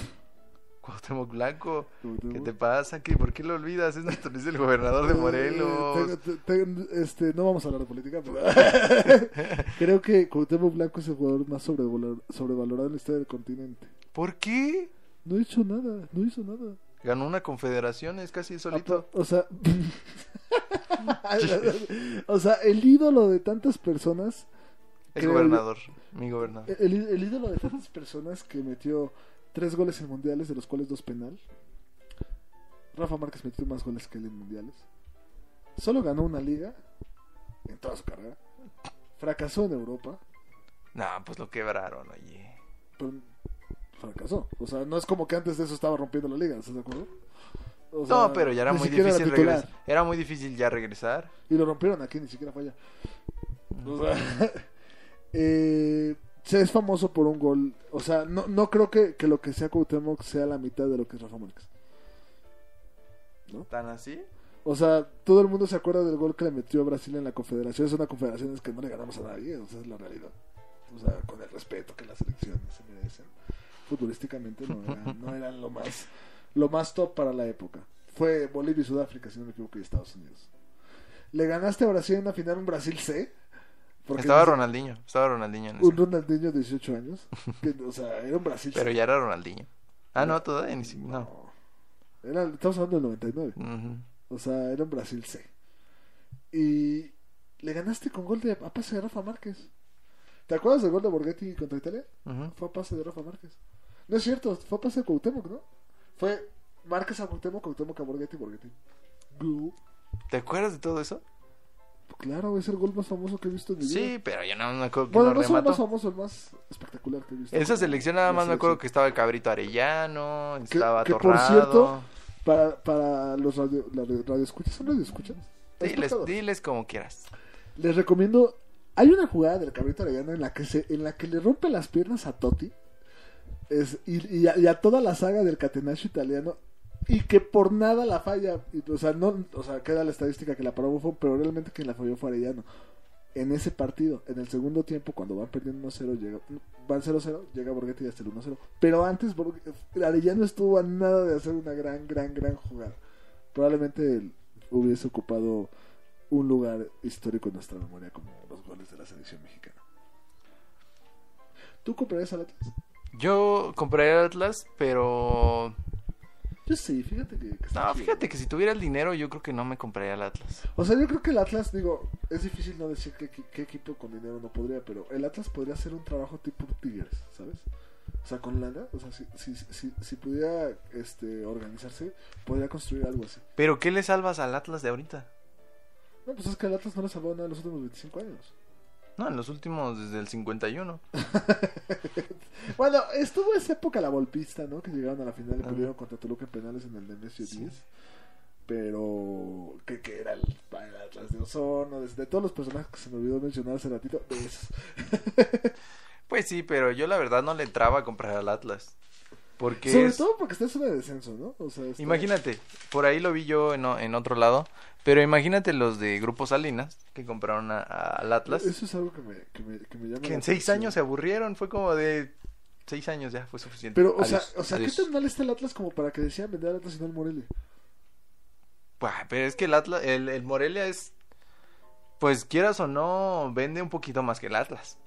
B: Cuauhtémoc Blanco. ¿Qué te
C: Eh,
B: pasa? ¿Qué, ¿Por qué lo olvidas? Es nuestro es el gobernador de Morelos.
C: te- te- te- este, no vamos a hablar de política, pero... Creo que Cuauhtémoc Blanco es el jugador más sobrevalor- sobrevalorado en la historia del continente.
B: ¿Por qué?
C: No hizo nada, no hizo nada.
B: Ganó una confederación, es
C: Ah,
B: casi solito.
C: O sea, o sea, el ídolo de tantas personas,
B: El
C: creo-
B: gobernador, mi gobernador.
C: el, el ídolo de tantas personas que metió tres goles en mundiales, de los cuales dos penal. Rafa Márquez metió más goles que él en mundiales. Solo ganó una liga en toda su carrera. Fracasó en Europa,
B: No, pues lo quebraron, oye.
C: pero fracasó. O sea, no es como que antes de eso estaba rompiendo la liga, ¿estás de acuerdo? O sea,
B: No, pero ya era
C: ni
B: muy
C: siquiera
B: difícil
C: titular.
B: regresar. Era muy difícil ya regresar.
C: Y lo rompieron aquí, ni siquiera falla. O sea, eh, se es famoso por un gol. O sea, no, no creo que, que lo que sea Cuauhtémoc sea la mitad de lo que es Rafa Márquez.
B: ¿Tan así?
C: O sea, todo el mundo se acuerda del gol que le metió a Brasil en la confederación. Es una confederación es que no le ganamos a nadie. O sea, es la realidad. O sea, con el respeto que las elecciones se merecen. Futbolísticamente no eran, no eran lo más lo más top para la época. Fue Bolivia y Sudáfrica, si no me equivoco, y Estados Unidos. Le ganaste a Brasil en una final, un Brasil C. porque
B: Estaba
C: no sé-
B: Ronaldinho, estaba Ronaldinho en
C: un
B: ese.
C: Ronaldinho de 18 años. que, o sea, era un Brasil.
B: Pero ya era Ronaldinho. Ah, no, todavía ni si-
C: No.
B: No.
C: Era- estamos hablando del 99.
B: Ujú.
C: O sea, era un Brasil C. Y le ganaste con gol de, a pase de Rafa Márquez. ¿Te acuerdas del gol de Borghetti contra Italia?
B: Ujú.
C: Fue a pase de Rafa Márquez. No es cierto, fue a pase de Cuauhtémoc, ¿no? Fue Márquez a Cuauhtémoc, Cuauhtémoc a Borghetti, Borghetti. Gol.
B: ¿Te acuerdas de todo eso?
C: Claro, es el gol más famoso que he visto en mi vida.
B: Sí, pero yo no me acuerdo que lo
C: Bueno, no solo el más
B: remató.
C: famoso, el más espectacular que he visto.
B: En esa selección nada
C: La
B: más me acuerdo
C: selección.
B: que estaba el cabrito Arellano,
C: Que-
B: estaba
C: que por
B: Torrado.
C: cierto, Para, para los radio, la- radioescuchas, ¿son radioescuchas?
B: Diles,
C: Espectadores.
B: diles como quieras.
C: Les recomiendo. Hay una jugada del cabrito Arellano en la que se, en la que le rompe las piernas a Totti es, y, y a, y a toda la saga del catenacho italiano y que por nada la falla. Y, o sea, no, o sea, queda la estadística que la paró fue, pero realmente quien la falló fue Arellano. En ese partido, en el segundo tiempo, cuando van perdiendo 1-0, llega, van 0-0, llega Borghetti y hasta el 1-0. Pero antes, Borg- Arellano estuvo a nada de hacer una gran, gran, gran jugada. Probablemente él hubiese ocupado un lugar histórico en nuestra memoria como los goles de la selección mexicana. ¿Tú comprarías al Atlas?
B: Yo compraría el Atlas, pero...
C: Yo sí, fíjate que... que está
B: No,
C: chido.
B: fíjate que si tuviera el dinero yo creo que no me compraría el Atlas.
C: O sea, yo creo que el Atlas, digo, es difícil no decir qué, qué- qué equipo con dinero no podría, pero el Atlas podría hacer un trabajo tipo Tigres, ¿sabes? O sea, con lana, o sea, si, si, si, si pudiera este, organizarse, podría construir algo así.
B: Pero ¿qué le salvas al Atlas de ahorita?
C: No, pues es que el Atlas no le salvó nada en los últimos 25 años.
B: No, en los últimos, desde el 51.
C: Bueno, estuvo esa época la volpista, ¿no? Que llegaron a la final y
B: Ajá.
C: perdieron contra Toluca en penales en el Nemesio
B: Ah. Sí.
C: 10. Pero, que, que era el, el Atlas de Osorno, desde de todos los personajes que se me olvidó mencionar hace ratito, de esos.
B: Pues sí, pero yo la verdad no le entraba a comprar al Atlas. Porque
C: Sobre
B: es-
C: todo porque está en zona de descenso, ¿no? O sea, está-
B: Imagínate, por ahí lo vi yo en, o- en otro lado, pero imagínate los de Grupo Salinas que compraron a- a- al Atlas,
C: Eso es algo que me, que me, que me llama.
B: que
C: la
B: en seis
C: atención.
B: años se aburrieron, fue como de seis años ya, fue suficiente.
C: Pero, o sea,
B: Adiós,
C: o sea ¿qué
B: adiós.
C: tan mal está el Atlas como para que decían vender al Atlas y no al Morelia?
B: Buah, pero es que el Atlas, el, el Morelia es, pues quieras o no, vende un poquito más que el Atlas.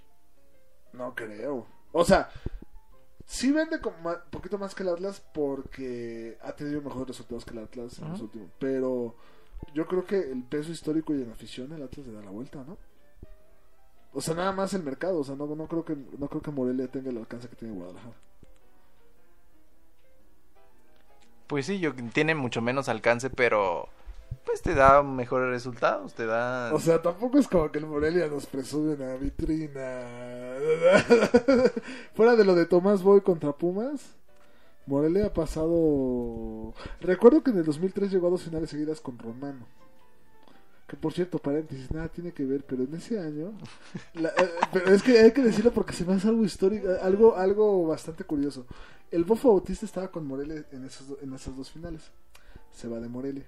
C: No creo. O sea, sí vende como ma- poquito más que el Atlas porque ha tenido mejores resultados que el Atlas en los
B: Ujú.
C: últimos. Pero yo creo que el peso histórico y en afición el Atlas le da la vuelta, ¿no? O sea, nada más el mercado. O sea, no, no creo que no creo que Morelia tenga el alcance que tiene Guadalajara.
B: Pues sí, yo, tiene mucho menos alcance, pero pues te da mejores resultados, te da...
C: O sea, tampoco es como que el Morelia nos presume una vitrina. Fuera de lo de Tomás Boy contra Pumas, Morelia ha pasado... Recuerdo que en el 2003 llegó a dos finales seguidas con Romano. Que por cierto, paréntesis, nada tiene que ver, pero en ese año... la- eh, pero es que hay que decirlo porque se me hace algo histórico, algo, algo bastante curioso. El Bofo Bautista estaba con Morelia en, esos, do- en esas dos finales. Se va de Morelia.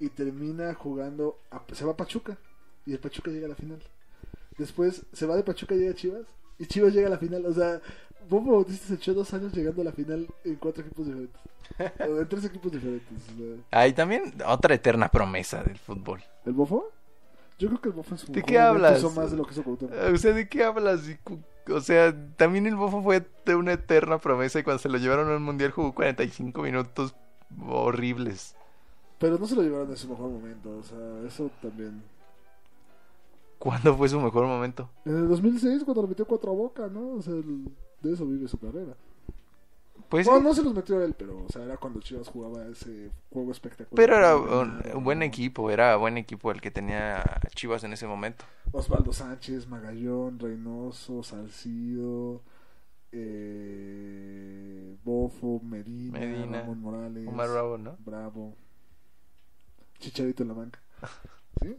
C: Y termina jugando... a- se va a Pachuca. Y el Pachuca llega a la final. Después se va de Pachuca y llega a Chivas. Y Chivas llega a la final. O sea, Bobo Bautista se echó dos años llegando a la final en cuatro equipos diferentes. O en tres equipos diferentes. o sea.
B: Ahí también otra eterna promesa del fútbol.
C: ¿El Bofo? Yo creo que el Bofo en su
B: ¿De
C: mejor
B: qué
C: momento
B: hablas? Eh.
C: hizo más de lo que hizo Cuauhtémoc.
B: O sea, ¿de qué hablas? Y cu- O sea, también el Bofo fue de una eterna promesa y cuando se lo llevaron al Mundial jugó 45 minutos horribles.
C: Pero no se lo llevaron en su mejor momento. O sea, eso también.
B: ¿Cuándo fue su mejor momento?
C: En el 2006, cuando le metió cuatro a Boca, ¿no? O sea, el- de eso vive su carrera.
B: Pues sí,
C: Bueno, no se los metió él, pero, o sea, era cuando Chivas jugaba ese juego espectacular.
B: pero era un, un buen equipo, era buen equipo el que tenía Chivas en ese momento.
C: Osvaldo Sánchez, Magallón, Reynoso, Salcido, eh, Bofo, Medina,
B: Medina,
C: Ramón Morales,
B: Omar Bravo, ¿no?
C: Bravo, Chicharito en la banca. Sí,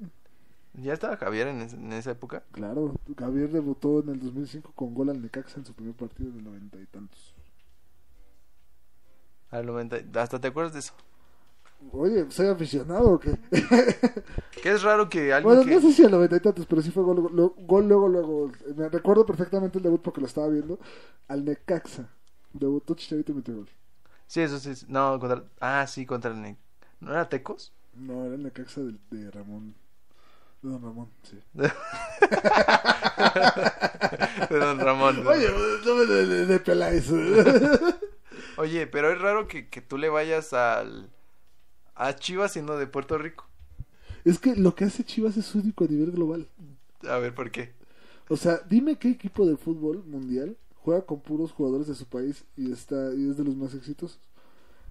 B: ¿Ya estaba Javier en, es- en esa época?
C: claro. Javier debutó en el 2005 con gol al Necaxa en su primer partido de noventa y tantos.
B: Al 90, ¿Hasta te acuerdas de eso?
C: Oye, soy aficionado, ¿o qué?
B: Que es raro que alguien
C: bueno,
B: que...
C: no sé si al noventa y tantos, pero sí fue gol, lo- gol luego, luego. Me recuerdo perfectamente el debut porque lo estaba viendo. Al Necaxa. Debutó Chicharito y metió gol.
B: Sí, eso sí. No, contra... Ah, sí, contra el... Ne- ¿No era Tecos?
C: No, era en la caxa de, de Ramón. De Don Ramón, sí.
B: De Don Ramón.
C: Oye, no me le, le- le peláis.
B: Oye, pero es raro que, que tú le vayas al... A Chivas siendo de Puerto Rico.
C: es que lo que hace Chivas es único a nivel global.
B: A ver, ¿por qué?
C: O sea, dime qué equipo de fútbol mundial juega con puros jugadores de su país y, está, y es de los más exitosos.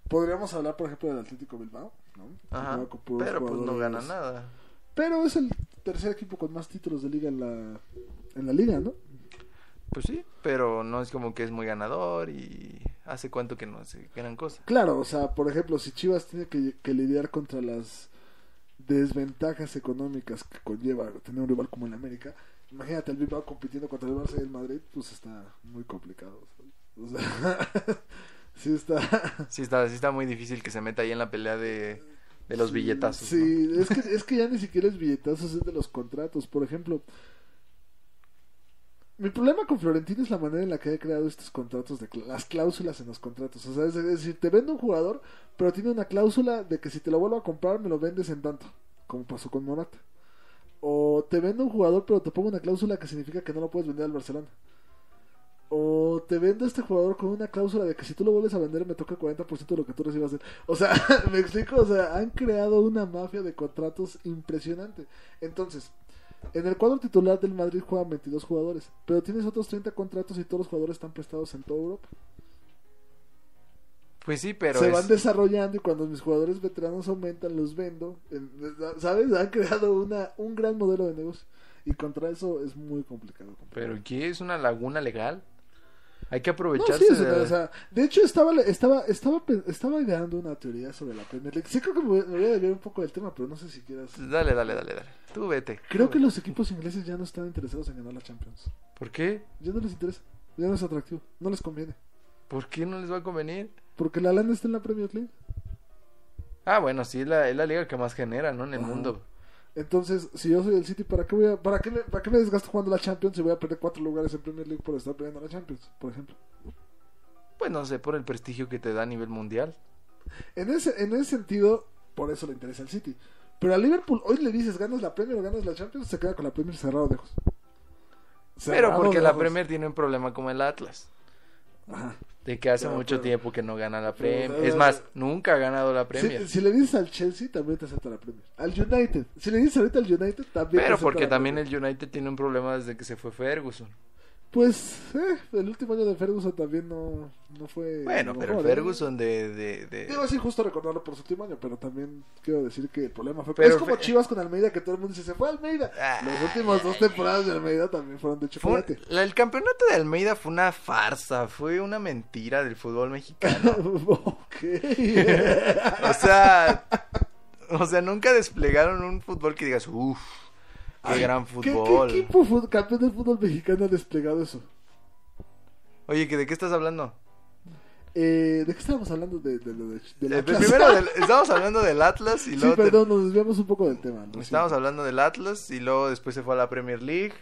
C: Podríamos hablar, por ejemplo, del Atlético Bilbao, ¿no? Que
B: Ajá.
C: juega con puros
B: Pero pues no gana
C: jugadores-
B: nada.
C: Pero es el tercer equipo con más títulos de liga en la, en la liga, ¿no?
B: Pues sí, pero no es como que es muy ganador y... Hace cuánto que no hace gran cosa.
C: Claro, o sea, por ejemplo, si Chivas tiene que, que lidiar contra las desventajas económicas que conlleva tener un rival como el América, imagínate el Bilbao compitiendo contra el Barça y el Madrid, pues está muy complicado. O sea, sí está.
B: Sí está, sí está muy difícil que se meta ahí en la pelea de, de los
C: Sí,
B: billetazos. ¿no?
C: Sí, es, que, es que ya ni siquiera es billetazos, es de los contratos. Por ejemplo, mi problema con Florentino es la manera en la que ha creado estos contratos, de cl- las cláusulas en los contratos. O sea, es decir, te vendo un jugador, pero tiene una cláusula de que si te lo vuelvo a comprar, me lo vendes en tanto, como pasó con Morata. O te vendo un jugador, pero te pongo una cláusula que significa que no lo puedes vender al Barcelona. O te vendo este jugador con una cláusula de que si tú lo vuelves a vender me toca el 40% de lo que tú recibas. de- O sea, me explico, o sea, han creado una mafia de contratos impresionante. Entonces, en el cuadro titular del Madrid juegan 22 jugadores, pero tienes otros 30 contratos y todos los jugadores están prestados en toda Europa.
B: Pues sí, pero
C: Se
B: es-
C: van desarrollando y cuando mis jugadores veteranos aumentan los vendo. En- ¿Sabes? Han creado una, un gran modelo de negocio. Y contra eso es muy complicado.
B: ¿Pero qué? ¿Es una laguna legal? Hay que
C: No,
B: aprovecharse
C: sí, es una-
B: de...
C: o sea, de hecho estaba estaba estaba pe- estaba ideando una teoría sobre la Premier League. Sí creo que me voy, me voy a desviar un poco del tema, pero no sé si quieras.
B: Dale, dale, dale, dale. Tú vete.
C: Creo
B: tú
C: que
B: vete.
C: los equipos ingleses ya no están interesados en ganar la Champions.
B: ¿Por qué?
C: Ya no les interesa, ya no es atractivo, no les conviene,
B: ¿Por qué no les va a convenir?
C: porque la lana está en la Premier League.
B: Ah, bueno, sí, es la, es la liga que más genera, ¿no? En el
C: Ajá.
B: mundo.
C: Entonces, si yo soy del City, ¿para qué voy a para qué me, para qué me desgasto jugando la Champions si voy a perder cuatro lugares en Premier League por estar peleando la Champions, por ejemplo?
B: Pues no sé, por el prestigio que te da a nivel mundial.
C: En ese, en ese sentido, por eso le interesa al City. Pero a Liverpool, hoy le dices, ganas la Premier o ganas la Champions, se queda con la Premier cerrado de ojos.
B: Pero
C: Cerrado
B: porque
C: de
B: la
C: ojos.
B: Premier tiene un problema como el Atlas.
C: Ajá.
B: De que hace
C: Pero,
B: mucho
C: pero-
B: tiempo que no gana la
C: pero,
B: Premier.
C: pero-
B: Es más, nunca ha ganado la Premier.
C: Si, si le dices al Chelsea, también te acepta la Premier. Al United. Si le dices ahorita al United, también te
B: pero
C: acepta
B: porque
C: la
B: también
C: Premier.
B: el United tiene un problema desde que se fue Ferguson.
C: Pues, eh, el último año de Ferguson también no, no fue.
B: Bueno,
C: lo
B: pero el
C: mejor, ¿eh?
B: Ferguson de... de, de-
C: Digo, es injusto recordarlo por su último año, pero también quiero decir que el problema fue.
B: Pero
C: es como
B: Fe-
C: Chivas con Almeida, que todo el mundo dice: Se fue Almeida.
B: Ah.
C: Las últimas dos temporadas de Almeida también fueron de
B: fue un-
C: chocolate.
B: la- el campeonato de Almeida fue una farsa, fue una mentira del fútbol mexicano.
C: ok.
B: O sea, o sea, nunca desplegaron un fútbol que digas, uff, qué
C: Ay,
B: gran
C: ¿Qué,
B: fútbol.
C: qué equipo fu- campeón del fútbol mexicano ha desplegado eso?
B: Oye, ¿que ¿de qué estás hablando?
C: Eh, ¿De qué estábamos hablando? De, de, lo de, del
B: Eh,
C: Atlas?
B: primero, del- estábamos hablando del Atlas y
C: sí,
B: luego te-
C: perdón, nos desviamos un poco del tema. lo
B: estábamos
C: siento.
B: hablando del Atlas y luego después se fue a la Premier League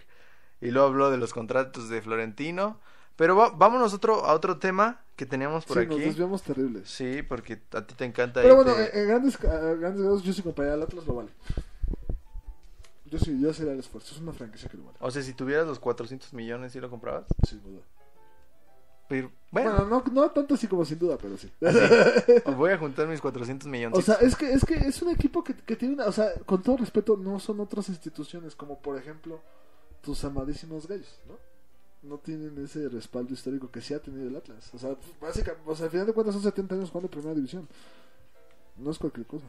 B: y luego habló de los contratos de Florentino. Pero va- vámonos otro, a otro tema que teníamos por
C: Sí, nos
B: aquí.
C: desviamos terribles.
B: Sí, porque a ti te encanta.
C: Pero
B: irte-
C: bueno, eh, en- en grandes, a grandes grados yo sí compraría al Atlas, lo vale. Yo sí, yo haría el esfuerzo. Es una franquicia que lo vale.
B: O sea, si tuvieras los 400 millones, ¿sí lo comprabas?
C: Sin duda.
B: Pero,
C: Bueno,
B: bueno,
C: no, no tanto así como sin duda, pero sí.
B: voy a juntar mis 400 millones.
C: O sea, es que es, que es un equipo que, que tiene una... O sea, con todo respeto, no son otras instituciones como, por ejemplo, tus amadísimos gallos, ¿no? No tienen ese respaldo histórico que sí ha tenido el Atlas. O sea, básicamente, o sea, al final de cuentas son 70 años jugando en primera división. No es cualquier cosa.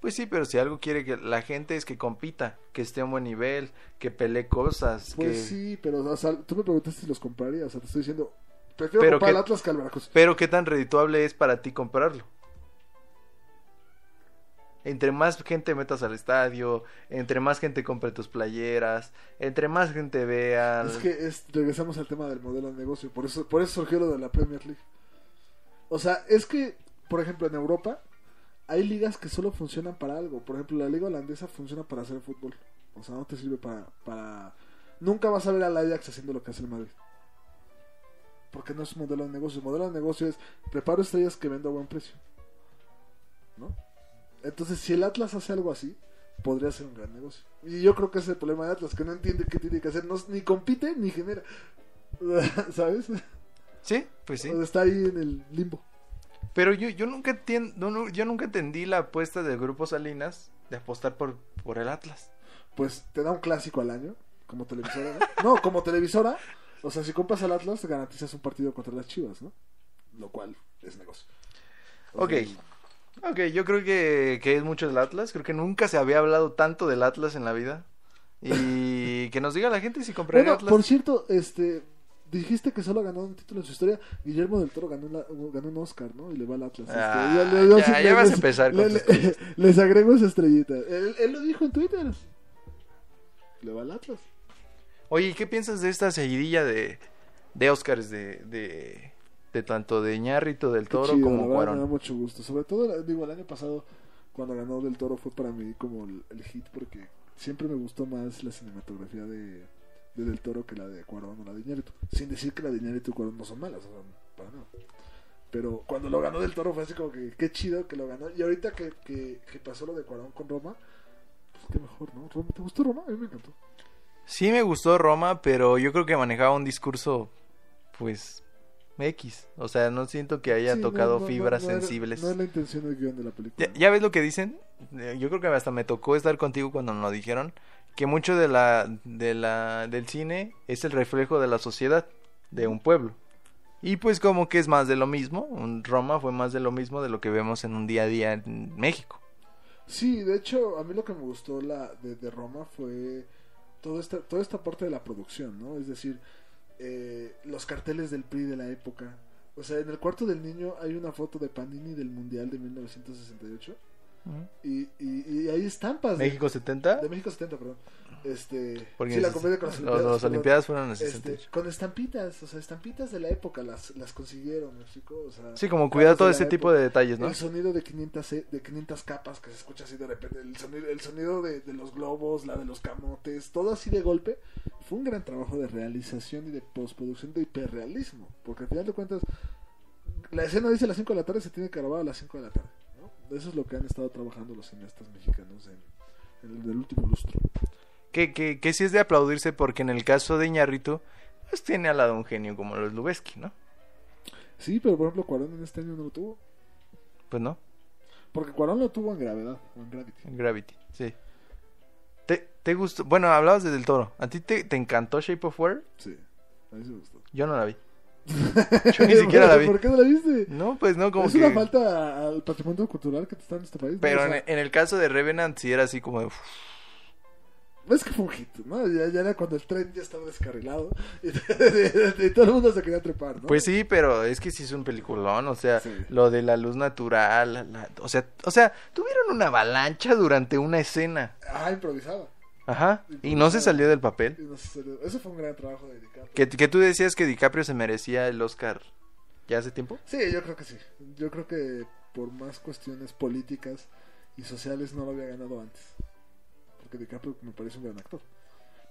B: Pues sí, pero si algo quiere que la gente es que compita, que esté a un buen nivel, que pelee cosas,
C: Pues
B: que...
C: sí, pero o sea, tú me preguntaste si los compraría. O sea, te estoy diciendo, prefiero
B: Pero
C: comprar
B: que-
C: al Atlas que al Veracruz.
B: Pero qué tan redituable es para ti comprarlo. Entre más gente metas al estadio, entre más gente compre tus playeras, entre más gente vea...
C: Es que es- regresamos al tema del modelo de negocio. Por eso, por eso surgió lo de la Premier League. O sea, es que, por ejemplo, en Europa hay ligas que solo funcionan para algo. Por ejemplo, la liga holandesa funciona para hacer fútbol. O sea, no te sirve para... para... Nunca vas a ver al Ajax haciendo lo que hace el Madrid. Porque no es un modelo de negocio. El modelo de negocio es preparo estrellas que vendo a buen precio. ¿No? Entonces, si el Atlas hace algo así, podría ser un gran negocio. Y yo creo que ese es el problema de Atlas, que no entiende qué tiene que hacer, no, ni compite ni genera. ¿Sabes?
B: Sí, pues sí.
C: O sea, Está ahí en el limbo.
B: Pero yo, yo, nunca entien- no, no, yo nunca entendí la apuesta del Grupo Salinas de apostar por, por el Atlas.
C: Pues te da un clásico al año, como televisora, ¿no? No, como televisora. O sea, si compras al Atlas, garantizas un partido contra las Chivas, ¿no? Lo cual es negocio.
B: Ok. Ok, yo creo que, que es mucho del Atlas. Creo que nunca se había hablado tanto del Atlas en la vida. Y que nos diga la gente si compraría
C: Bueno,
B: Atlas.
C: por cierto, este, dijiste que solo ganó un título en su historia. Guillermo del Toro ganó, la- ganó un Oscar, ¿no? Y le va al Atlas. Este,
B: Ah,
C: le- le-
B: ya- ya vas a empezar con
C: le-
B: tus
C: le- Les agrego esa estrellita. Él, él lo dijo en Twitter. Le va al Atlas.
B: Oye, ¿y ¿qué piensas de esta seguidilla de, de Oscars de, de, de tanto de Ñarrito del
C: Qué
B: Toro
C: chido, la
B: como
C: verdad, Me da
B: Cuarón?
C: mucho gusto. Sobre todo, la- digo, el año pasado, cuando ganó del Toro, fue para mí como el, el hit, porque siempre me gustó más la cinematografía de, de del Toro que la de Cuarón o la de Iñárritu. Sin decir que la de Iñárritu y Cuarón no son malas, o sea, para nada. Pero cuando lo ganó del Toro fue así como que qué chido que lo ganó. Y ahorita que, que, que pasó lo de Cuarón con Roma, pues qué mejor, ¿no? Roma- ¿Te gustó Roma? A mí me encantó.
B: Sí me gustó Roma, pero yo creo que manejaba un discurso, pues, X. O sea, no siento que haya
C: Sí, no,
B: tocado
C: no, no,
B: fibras
C: no era-
B: sensibles.
C: no es la intención del guión de la película.
B: ¿Ya,
C: ¿no?
B: ya ves lo que dicen? Eh, Yo creo que hasta me tocó estar contigo cuando nos lo dijeron. Que mucho de la, de la, del cine es el reflejo de la sociedad, de un pueblo. Y pues como que es más de lo mismo. un Roma fue más de lo mismo de lo que vemos en un día a día en México.
C: Sí, de hecho, a mí lo que me gustó la de, de Roma fue toda esta, toda esta parte de la producción, ¿no? Es decir, eh, los carteles del PRI de la época. O sea, en el cuarto del niño hay una foto de Panini del Mundial de 1968 y, y, y hay estampas de-
B: México 70.
C: De, México 70, perdón. Este,
B: Porque
C: sí, la
B: es-
C: comedia con las
B: los-
C: Olimpiadas.
B: los
C: perdón.
B: Olimpiadas fueron en el
C: Este,
B: 68.
C: con estampitas, o sea, estampitas de la época las, las consiguieron, ¿me explico? O sea,
B: Sí, como cuidar
C: caras de
B: todo
C: la
B: ese tipo
C: época.
B: de detalles, ¿no?
C: El sonido de 500, se- de 500 capas que se escucha así de repente. El sonido, el sonido de, de los globos, la de los camotes, todo así de golpe. Fue un gran trabajo de realización y de postproducción de hiperrealismo. Porque al final de cuentas, la escena dice a las 5 de la tarde, se tiene que grabar a las 5 de la tarde. ¿no? Eso es lo que han estado trabajando los cineastas mexicanos en, en el del último lustro.
B: Que, que, que sí es de aplaudirse porque en el caso de Iñarrito, pues tiene al lado un genio como los Lubeski, ¿no?
C: Sí, pero por ejemplo, Cuarón en este año no lo tuvo.
B: Pues no.
C: Porque Cuarón lo tuvo en gravedad, o en gravity.
B: Gravity, sí. ¿Te, te gustó? Bueno, hablabas de Del Toro. ¿A ti te, te encantó Shape of Water?
C: Sí. A mí sí me gustó.
B: Yo no la vi. Yo ni siquiera la vi.
C: ¿Por qué no la viste?
B: No, pues no, como
C: es
B: que...
C: una falta al patrimonio cultural que está en este país. ¿no?
B: Pero
C: O
B: en,
C: sea,
B: en el caso de Revenant sí era así como de... "Uf".
C: Es que fue un hit, ¿no? Ya, ya era cuando el tren ya estaba descarrilado y, y todo el mundo se quería trepar, ¿no?
B: Pues sí, pero es que sí es un peliculón, o sea,
C: Sí.
B: lo de la luz natural, la- la- o sea, o sea, tuvieron una avalancha durante una escena.
C: Ah, improvisaba.
B: Ajá. Y no se salió del papel.
C: Y no se salió. Eso fue un gran trabajo de DiCaprio.
B: Que, que tú decías que DiCaprio se merecía el Oscar ya hace tiempo.
C: Sí, yo creo que sí. Yo creo que por más cuestiones políticas y sociales no lo había ganado antes. Porque DiCaprio me parece un gran actor.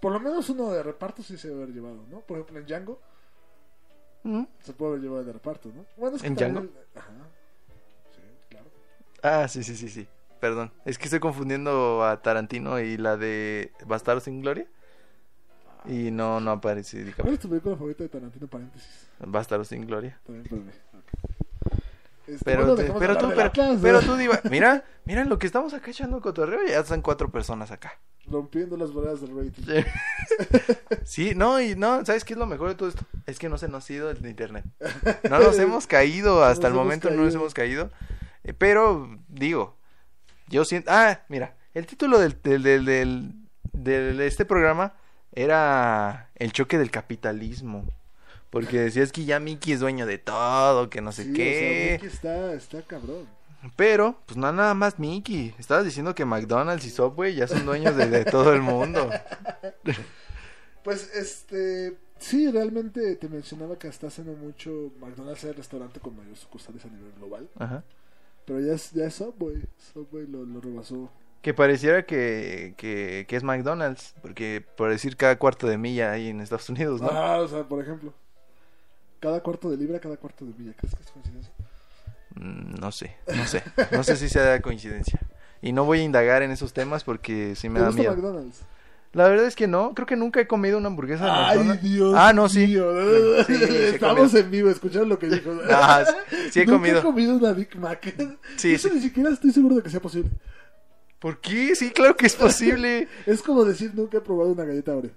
C: Por lo menos uno de reparto sí se debe haber llevado, ¿no? Por ejemplo, en Django
B: Mm.
C: se puede haber llevado de reparto, ¿no? Bueno, es que
B: ¿En
C: también
B: Django?
C: el- Ajá. Sí, claro.
B: Ah, sí, sí, sí, sí. Perdón. Es que estoy confundiendo a Tarantino y la de Bastardo sin Gloria. Y no, no aparece
C: ¿Cuál
B: DiCaprio.
C: es tu película favorita de Tarantino? Paréntesis.
B: Bastardo sin Gloria.
C: También para mí. Ok. Este,
B: Pero,
C: bueno,
B: te-
C: dejamos
B: pero
C: hablar
B: tú,
C: del
B: pero,
C: Atlas,
B: pero
C: ¿no?
B: tú, diva- Mira, mira lo que estamos acá echando cotorreo. Ya están cuatro personas acá.
C: Rompiendo las barreras del rating.
B: Sí, no, y no, ¿sabes qué es lo mejor de todo esto? Es que no se nos ha ido el internet. No nos hemos caído hasta el
C: nos hemos
B: momento, no nos
C: caído.
B: hemos caído. Eh, pero, digo, yo siento. Ah, mira, el título del, del, del, del- del- de este programa era El choque del capitalismo. Porque decías que ya Mickey es dueño de todo, que no sé
C: Sí, o sea,
B: qué.
C: Mickey está, está cabrón.
B: Pero, pues no nada más Mickey. Estabas diciendo que McDonald's y Subway ya son dueños de, de todo el mundo.
C: Pues este, sí, realmente te mencionaba que está haciendo mucho McDonald's es el restaurante con mayor sucursales a nivel global,
B: Ajá.
C: pero ya es, ya es Subway, Subway lo, lo rebasó.
B: Que pareciera que, que, que es McDonald's, porque por decir cada cuarto de milla ahí en Estados Unidos, Pues ¿no?
C: Ah, o sea, por ejemplo, cada cuarto de libra, cada cuarto de milla, ¿crees que es coincidencia?
B: Mm, No sé, no sé. No sé si sea coincidencia. Y no voy a indagar en esos temas porque sí me
C: ¿Te
B: da
C: gusta
B: miedo.
C: McDonald's?
B: La verdad es que no, creo que nunca he comido una hamburguesa de
C: Ay,
B: McDonald's.
C: Dios.
B: ah, no, sí.
C: mío.
B: Sí, sí, he
C: Estamos
B: comido.
C: en vivo, escucharon lo que dijo.
B: Ah, sí he
C: Nunca
B: comido.
C: he comido una Big Mac.
B: Sí,
C: Eso
B: sí.
C: ni siquiera estoy seguro de que sea posible.
B: ¿Por qué? Sí, claro que es posible.
C: Es como decir nunca he probado una galleta Oreo.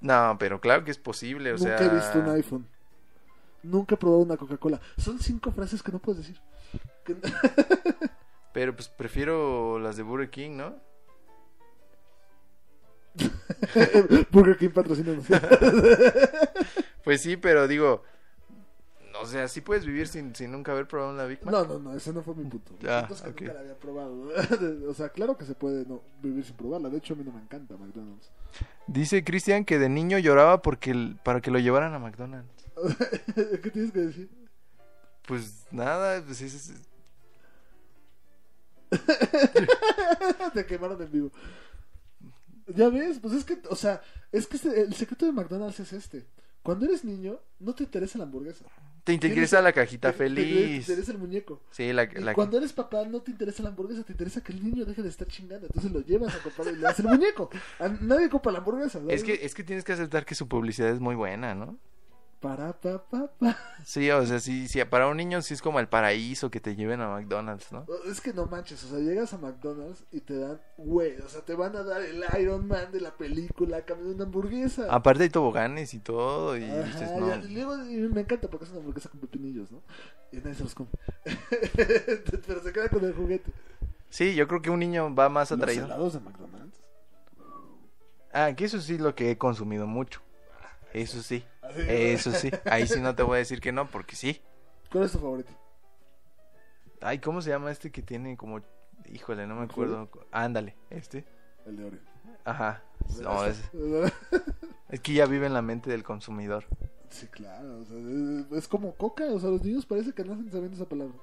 B: No, pero claro que es posible, o
C: Nunca
B: sea.
C: he visto un iPhone. Nunca he probado una Coca-Cola. Son cinco frases que no puedes decir. Que-
B: Pero pues prefiero las de Burger King, ¿no?
C: Burger King patrocina.
B: Pues sí, pero digo, o sea, sí puedes vivir sin, sin nunca haber probado una Big Mac.
C: No, no, no, ese no fue mi punto.
B: Ah,
C: Entonces que
B: ok.
C: nunca la había probado. o sea, claro que se puede no, vivir sin probarla. De hecho, a mí no me encanta McDonald's.
B: Dice Cristian que de niño lloraba porque el- para que lo llevaran a McDonald's.
C: ¿Qué tienes que decir?
B: Pues nada, pues es- es-
C: Te quemaron en vivo. Ya ves, pues es que, o sea, es que este- el secreto de McDonald's es este. Cuando eres niño, no te interesa la hamburguesa.
B: te interesa la cajita
C: Te- te- Te
B: feliz.
C: interesa el muñeco.
B: Sí, la,
C: Y
B: la-
C: cuando eres papá no te interesa la hamburguesa, te interesa que el niño deje de estar chingando. Entonces lo llevas a comprar y le das el muñeco. A nadie compra la hamburguesa. ¿no?
B: es que eh, es que tienes que aceptar que su publicidad es muy buena, ¿no?
C: Para, pa, pa, pa.
B: Sí, o sea, sí, sí, para un niño sí es como el paraíso que te lleven a McDonald's, ¿no?
C: Es que no manches, o sea, llegas a McDonald's y te dan, güey, o sea, te van a dar el Iron Man de la película a cambio de una hamburguesa.
B: Aparte hay toboganes y todo y dices,
C: Ajá,
B: no.
C: y luego- y me encanta porque es una hamburguesa con pepinillos, ¿no? Y nadie se los come. Pero se queda con el juguete.
B: Sí, yo creo que un niño va más atraído.
C: Los helados de McDonald's.
B: Ah, que eso sí es lo que he consumido mucho. Eso sí.
C: Así, ¿no?
B: Eso sí. Ahí sí no te voy a decir que no, porque sí.
C: ¿Cuál es tu favorito?
B: Ay, ¿cómo se llama este que tiene como... Híjole, no me acuerdo. Ándale, este.
C: El de Oreo.
B: Ajá. No, es,
C: es...
B: es que ya vive en la mente del consumidor.
C: Sí, claro, o sea, es, es como coca, o sea, los niños parece que nacen sabiendo esa palabra.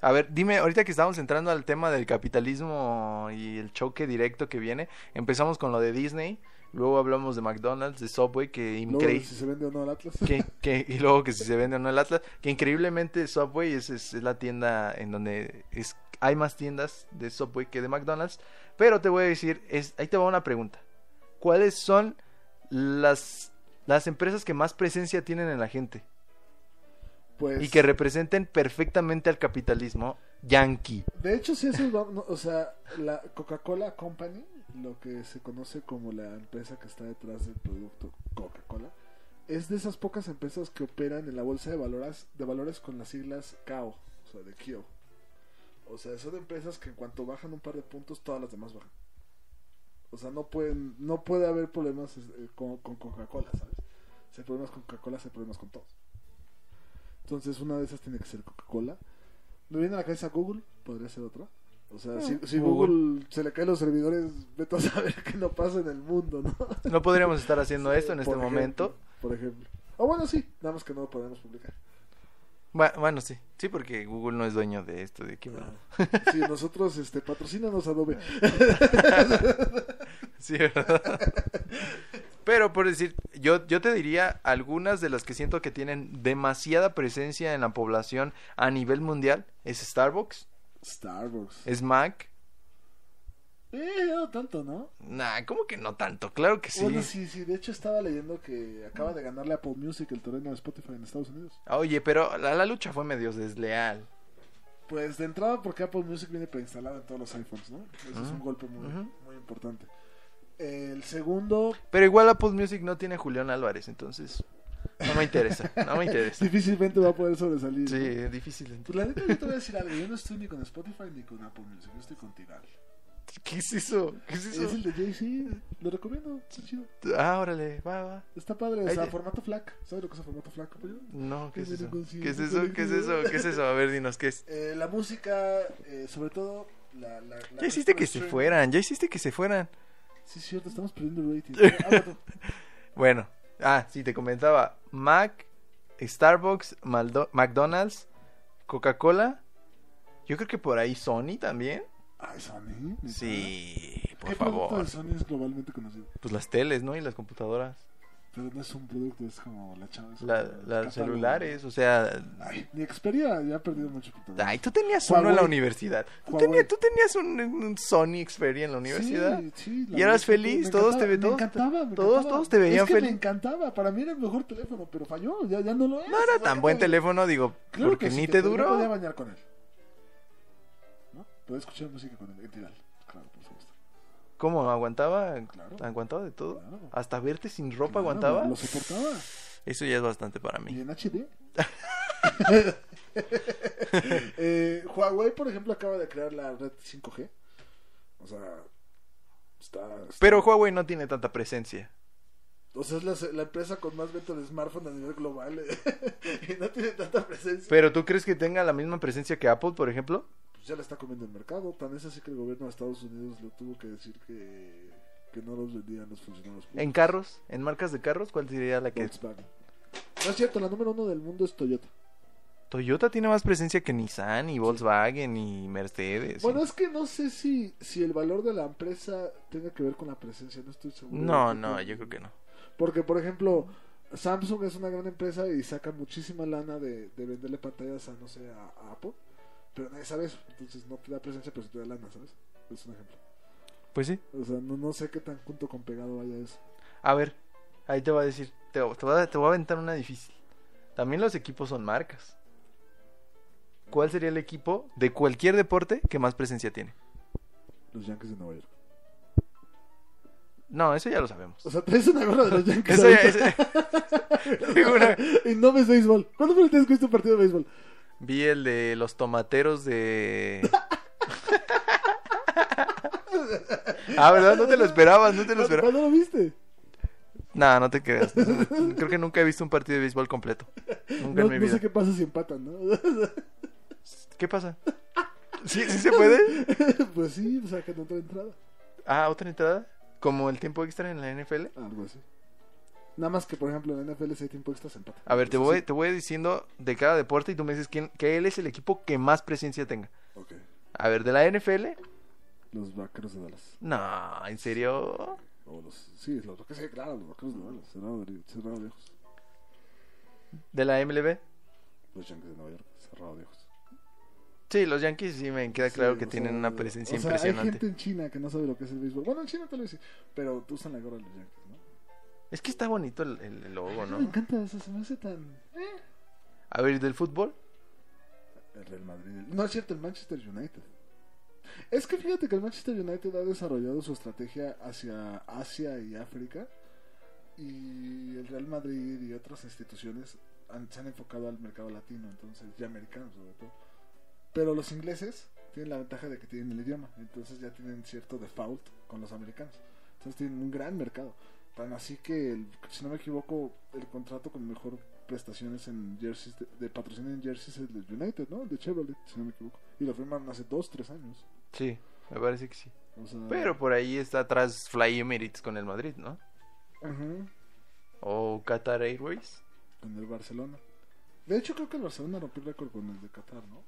B: A ver, dime, ahorita que estamos entrando al tema del capitalismo y el choque directo que viene, empezamos con lo de Disney, luego hablamos de McDonald's, de Subway, que
C: Luego,
B: increíble.
C: si se vende o no al Atlas.
B: que, que- y luego que si se vende o no el Atlas, que increíblemente Subway es, es, es la tienda en donde es, hay más tiendas de Subway que de McDonald's, pero te voy a decir, es, ahí te va una pregunta, ¿cuáles son las, las empresas que más presencia tienen en la gente
C: Pues,
B: y que representen perfectamente al capitalismo yankee?
C: De hecho, si eso es, va- no, o sea, la Coca-Cola Company, lo que se conoce como la empresa que está detrás del producto Coca-Cola, es de esas pocas empresas que operan en la bolsa de valores, de valores con las siglas KO, o sea, de KIO. O sea, son empresas que en cuanto bajan un par de puntos, todas las demás bajan. O sea, no pueden no puede haber problemas eh, con, con Coca-Cola, ¿sabes? Si hay problemas con Coca-Cola, si hay problemas con todos. Entonces, una de esas tiene que ser Coca-Cola. Me viene a la cabeza Google, podría ser otra. O sea, si, si Google.
B: Google.
C: se le caen los servidores, vete a saber qué no pasa en el mundo, ¿no?
B: No podríamos estar haciendo
C: Sí,
B: esto en
C: por
B: este
C: ejemplo,
B: momento.
C: Por ejemplo. Ah, bueno, sí, nada más que no lo podemos publicar.
B: Ba- Bueno, sí. Sí, porque Google no es dueño de esto. De que...
C: Ah, Sí, nosotros, este, patrocínanos Adobe.
B: Sí, ¿verdad? Pero por decir, yo, yo te diría algunas de las que siento que tienen demasiada presencia en la población a nivel mundial. Es Starbucks,
C: Starbucks.
B: es Mac.
C: Eh, no tanto, ¿no?
B: Nah, ¿cómo que no tanto? Claro que sí.
C: Bueno, sí, sí, de hecho estaba leyendo que acaba de ganarle Apple Music el torneo de Spotify en Estados Unidos.
B: Oye, pero la, la lucha fue medio desleal.
C: Pues de entrada porque Apple Music viene preinstalado en todos los iPhones, ¿no? Eso es
B: Ah.
C: un golpe muy,
B: Ujú.
C: muy importante. El segundo,
B: Pero igual Apple Music no tiene a Julián Álvarez, entonces no me interesa, no me interesa.
C: difícilmente va a poder sobresalir.
B: Sí,
C: ¿no?
B: es difícil.
C: Pues la neta, yo te voy a decir algo. Yo no estoy ni con Spotify ni con Apple Music. Yo estoy con Tidal.
B: ¿Qué es eso? ¿Qué es
C: Es
B: eso?
C: el de Jay-Z. Lo recomiendo. Está chido.
B: Ah, órale, va, va.
C: Está padre. O sea,
B: Oye.
C: formato FLAC. ¿Sabes lo que es el formato FLAC, compañero?
B: No, ¿qué es
C: Qué
B: eso?
C: bueno,
B: ¿Qué es eso? ¿Qué es eso? ¿Qué es eso? A ver, dinos, ¿qué es?
C: Eh, la música, eh, sobre todo. La, la, la
B: Ya hiciste que se
C: streaming.
B: fueran, ya hiciste que se fueran.
C: Sí, es cierto. Estamos perdiendo rating.
B: Ah,
C: Ah, Habla tú.
B: Bueno, ah, sí, te comentaba. Mac, Starbucks, Maldo- McDonald's, Coca-Cola. Yo creo que por ahí Sony también.
C: Ay, Sony. ¿neta?
B: Sí, por
C: ¿Qué producto
B: favor.
C: de Sony es globalmente conocido?
B: Pues las teles, ¿no? Y las computadoras.
C: Pero no es un producto, es como la chava. es
B: La-
C: como el
B: las
C: catálogo.
B: celulares, o sea...
C: Ay, mi Xperia ya ha perdido mucho. punto.
B: Ay, tú tenías uno en la
C: Huawei.
B: universidad. Tú,
C: Huawei.
B: tenías, tú tenías un, un Sony Xperia en la universidad.
C: Sí, sí, la
B: Y eras
C: verdad,
B: feliz,
C: me
B: todos te ve-
C: encantaba,
B: todos-
C: me encantaba, me
B: todos-
C: encantaba.
B: todos te veían
C: es que
B: feliz.
C: Me encantaba, para mí era el mejor teléfono, pero falló, ya, ya no lo es.
B: No era tan buen teléfono, digo,
C: Claro
B: porque
C: que sí,
B: ni
C: que
B: te
C: podía-
B: duró.
C: podía bañar con él. ¿No? Podía escuchar música con él, en Tidal, claro, por supuesto.
B: ¿Cómo? ¿Aguantaba?
C: Claro.
B: ¿Aguantaba de todo?
C: Claro.
B: ¿Hasta verte sin ropa
C: Claro,
B: aguantaba?
C: Lo soportaba.
B: Eso ya es bastante para
C: Y
B: mí.
C: en HD. Eh, Huawei, por ejemplo, acaba de crear la red 5G. O sea, está. está-
B: Pero Huawei no tiene tanta presencia.
C: O sea, es la, la empresa con más venta de smartphone a nivel global. y no tiene tanta presencia.
B: ¿Pero tú crees que tenga la misma presencia que Apple, por ejemplo?
C: Pues ya la está comiendo el mercado. Tan es así que el gobierno de Estados Unidos le tuvo que decir que, que no los vendían los funcionarios
B: ¿En carros? ¿En marcas de carros? ¿Cuál sería la que es?
C: Volkswagen. No es cierto, la número uno del mundo es Toyota.
B: Toyota tiene más presencia que Nissan y Volkswagen y Mercedes.
C: Bueno, es que no sé si, si el valor de la empresa tenga que ver con la presencia, no estoy seguro.
B: No, no, yo creo que no.
C: Porque, por ejemplo, Samsung es una gran empresa y saca muchísima lana de, de venderle pantallas a, no sé, a, a Apple. Pero nadie sabe eso. Entonces no te da presencia, pero sí te da lana, ¿sabes? Es un ejemplo.
B: Pues sí.
C: O sea, no, no sé qué tan junto con pegado vaya eso.
B: A ver, ahí te voy a decir, te, te voy, a, te voy a aventar una difícil. También los equipos son marcas. ¿Cuál sería el equipo de cualquier deporte que más presencia tiene?
C: Los Yankees de Nueva York.
B: No, eso ya lo sabemos.
C: O sea, traes una gorra de los Yankees.
B: Eso ya-
C: ahorita.
B: eso- una-
C: y no ves béisbol. ¿Cuándo fue la última vez que viste un partido de béisbol?
B: Vi el de los tomateros de... Ah, ¿verdad? No te lo esperabas, no te lo esperabas.
C: ¿Cuándo lo viste?
B: No, no te creas. Creo que nunca he visto un partido de béisbol completo. Nunca
C: No,
B: en mi
C: no
B: vida.
C: sé qué pasa si empatan, ¿no?
B: ¿Qué pasa? ¿Sí, ¿Sí se puede?
C: pues sí, o sea, que no trae entrada.
B: Ah, ¿otra entrada? ¿Como el tiempo extra en la NFL?
C: Algo así. Nada más que, por ejemplo, en la NFL si hay tiempo extra se empata.
B: A ver, te
C: Eso
B: voy,
C: sí.
B: te voy diciendo de cada deporte y tú me dices quién, que él es el equipo que más presencia tenga.
C: Ok.
B: A ver, de la NFL.
C: Los vaqueros de Dallas.
B: No, en serio.
C: O los, sí, los vaqueros, sí, claro, los vaqueros de Dallas. Cerrado, de- cerrado de ojos.
B: De la MLB.
C: Los Yankees de Nueva York. Cerrado de ojos.
B: Sí, los Yankees sí me queda claro
C: Sí,
B: que
C: o
B: tienen
C: sea,
B: una presencia
C: o sea, Hay
B: impresionante.
C: gente en China que no sabe lo que es el béisbol. Bueno, en China tal vez sí. Pero tú usan la gorra de los Yankees, ¿no?
B: Es que está bonito el, el- el logo,
C: Me
B: ¿no?
C: encanta eso, se me hace tan. eh,
B: A ver, ¿y del fútbol.
C: El Real Madrid. el- No es cierto, el Manchester United. Es que fíjate que el Manchester United ha desarrollado su estrategia hacia Asia y África y el Real Madrid y otras instituciones han- se han enfocado al mercado latino, entonces ya americano sobre todo. Pero los ingleses tienen la ventaja de que tienen el idioma, entonces ya tienen cierto default con los americanos. Entonces tienen un gran mercado. Tan así que, el- si no me equivoco, el contrato con mejor prestaciones en jerseys de, de patrocinio en jerseys es el de United, ¿no? El de Chevrolet, si no me equivoco. Y lo firmaron hace dos, tres años.
B: Sí, me parece que sí.
C: O sea,
B: Pero por ahí está atrás Fly Emirates con el Madrid, ¿no?
C: Ajá.
B: O Qatar Airways.
C: con el Barcelona. De hecho, creo que el Barcelona rompió el récord con el de Qatar, ¿no?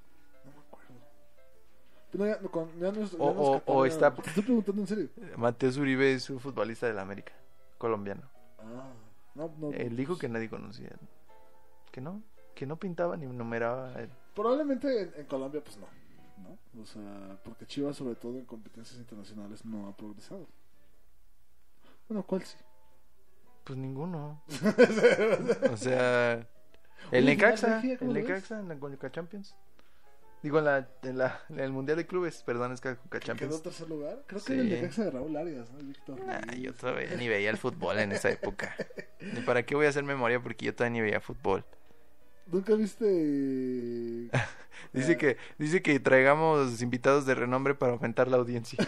C: No me acuerdo. Pero ya, no, con- ya no es- ya
B: O-
C: no es
B: o-
C: Qatar,
B: o
C: ya-
B: está-
C: Te estoy preguntando en serio.
B: Mateus Uribe es un futbolista del América, colombiano.
C: Ah, no, no. pues,
B: Él dijo que nadie conocía. Que no, que no pintaba ni numeraba. eh, el-
C: Probablemente en, en Colombia, pues no. ¿no? O sea, porque Chivas, sobre todo en competencias internacionales, no ha progresado. Bueno, ¿cuál sí?
B: Pues ninguno.
C: Oye,
B: O sea, el
C: Oye,
B: Necaxa,
C: Regia, ¿cómo
B: el
C: ves?
B: Necaxa en la Conca Champions. Digo, en, la, en, la- en el Mundial de Clubes, perdón, es que Conca
C: ¿Quedó en
B: Champions.
C: tercer lugar? Creo que
B: Sí.
C: era el de Necaxa de Raúl Arias, ¿no? Y Víctor.
B: Nah,
C: Ruiz.
B: yo todavía ni veía el fútbol en esa época. ¿Y para qué voy a hacer memoria? Porque yo todavía ni veía fútbol.
C: ¿Nunca viste Ah.
B: Dice que, dice que traigamos invitados de renombre para aumentar la audiencia.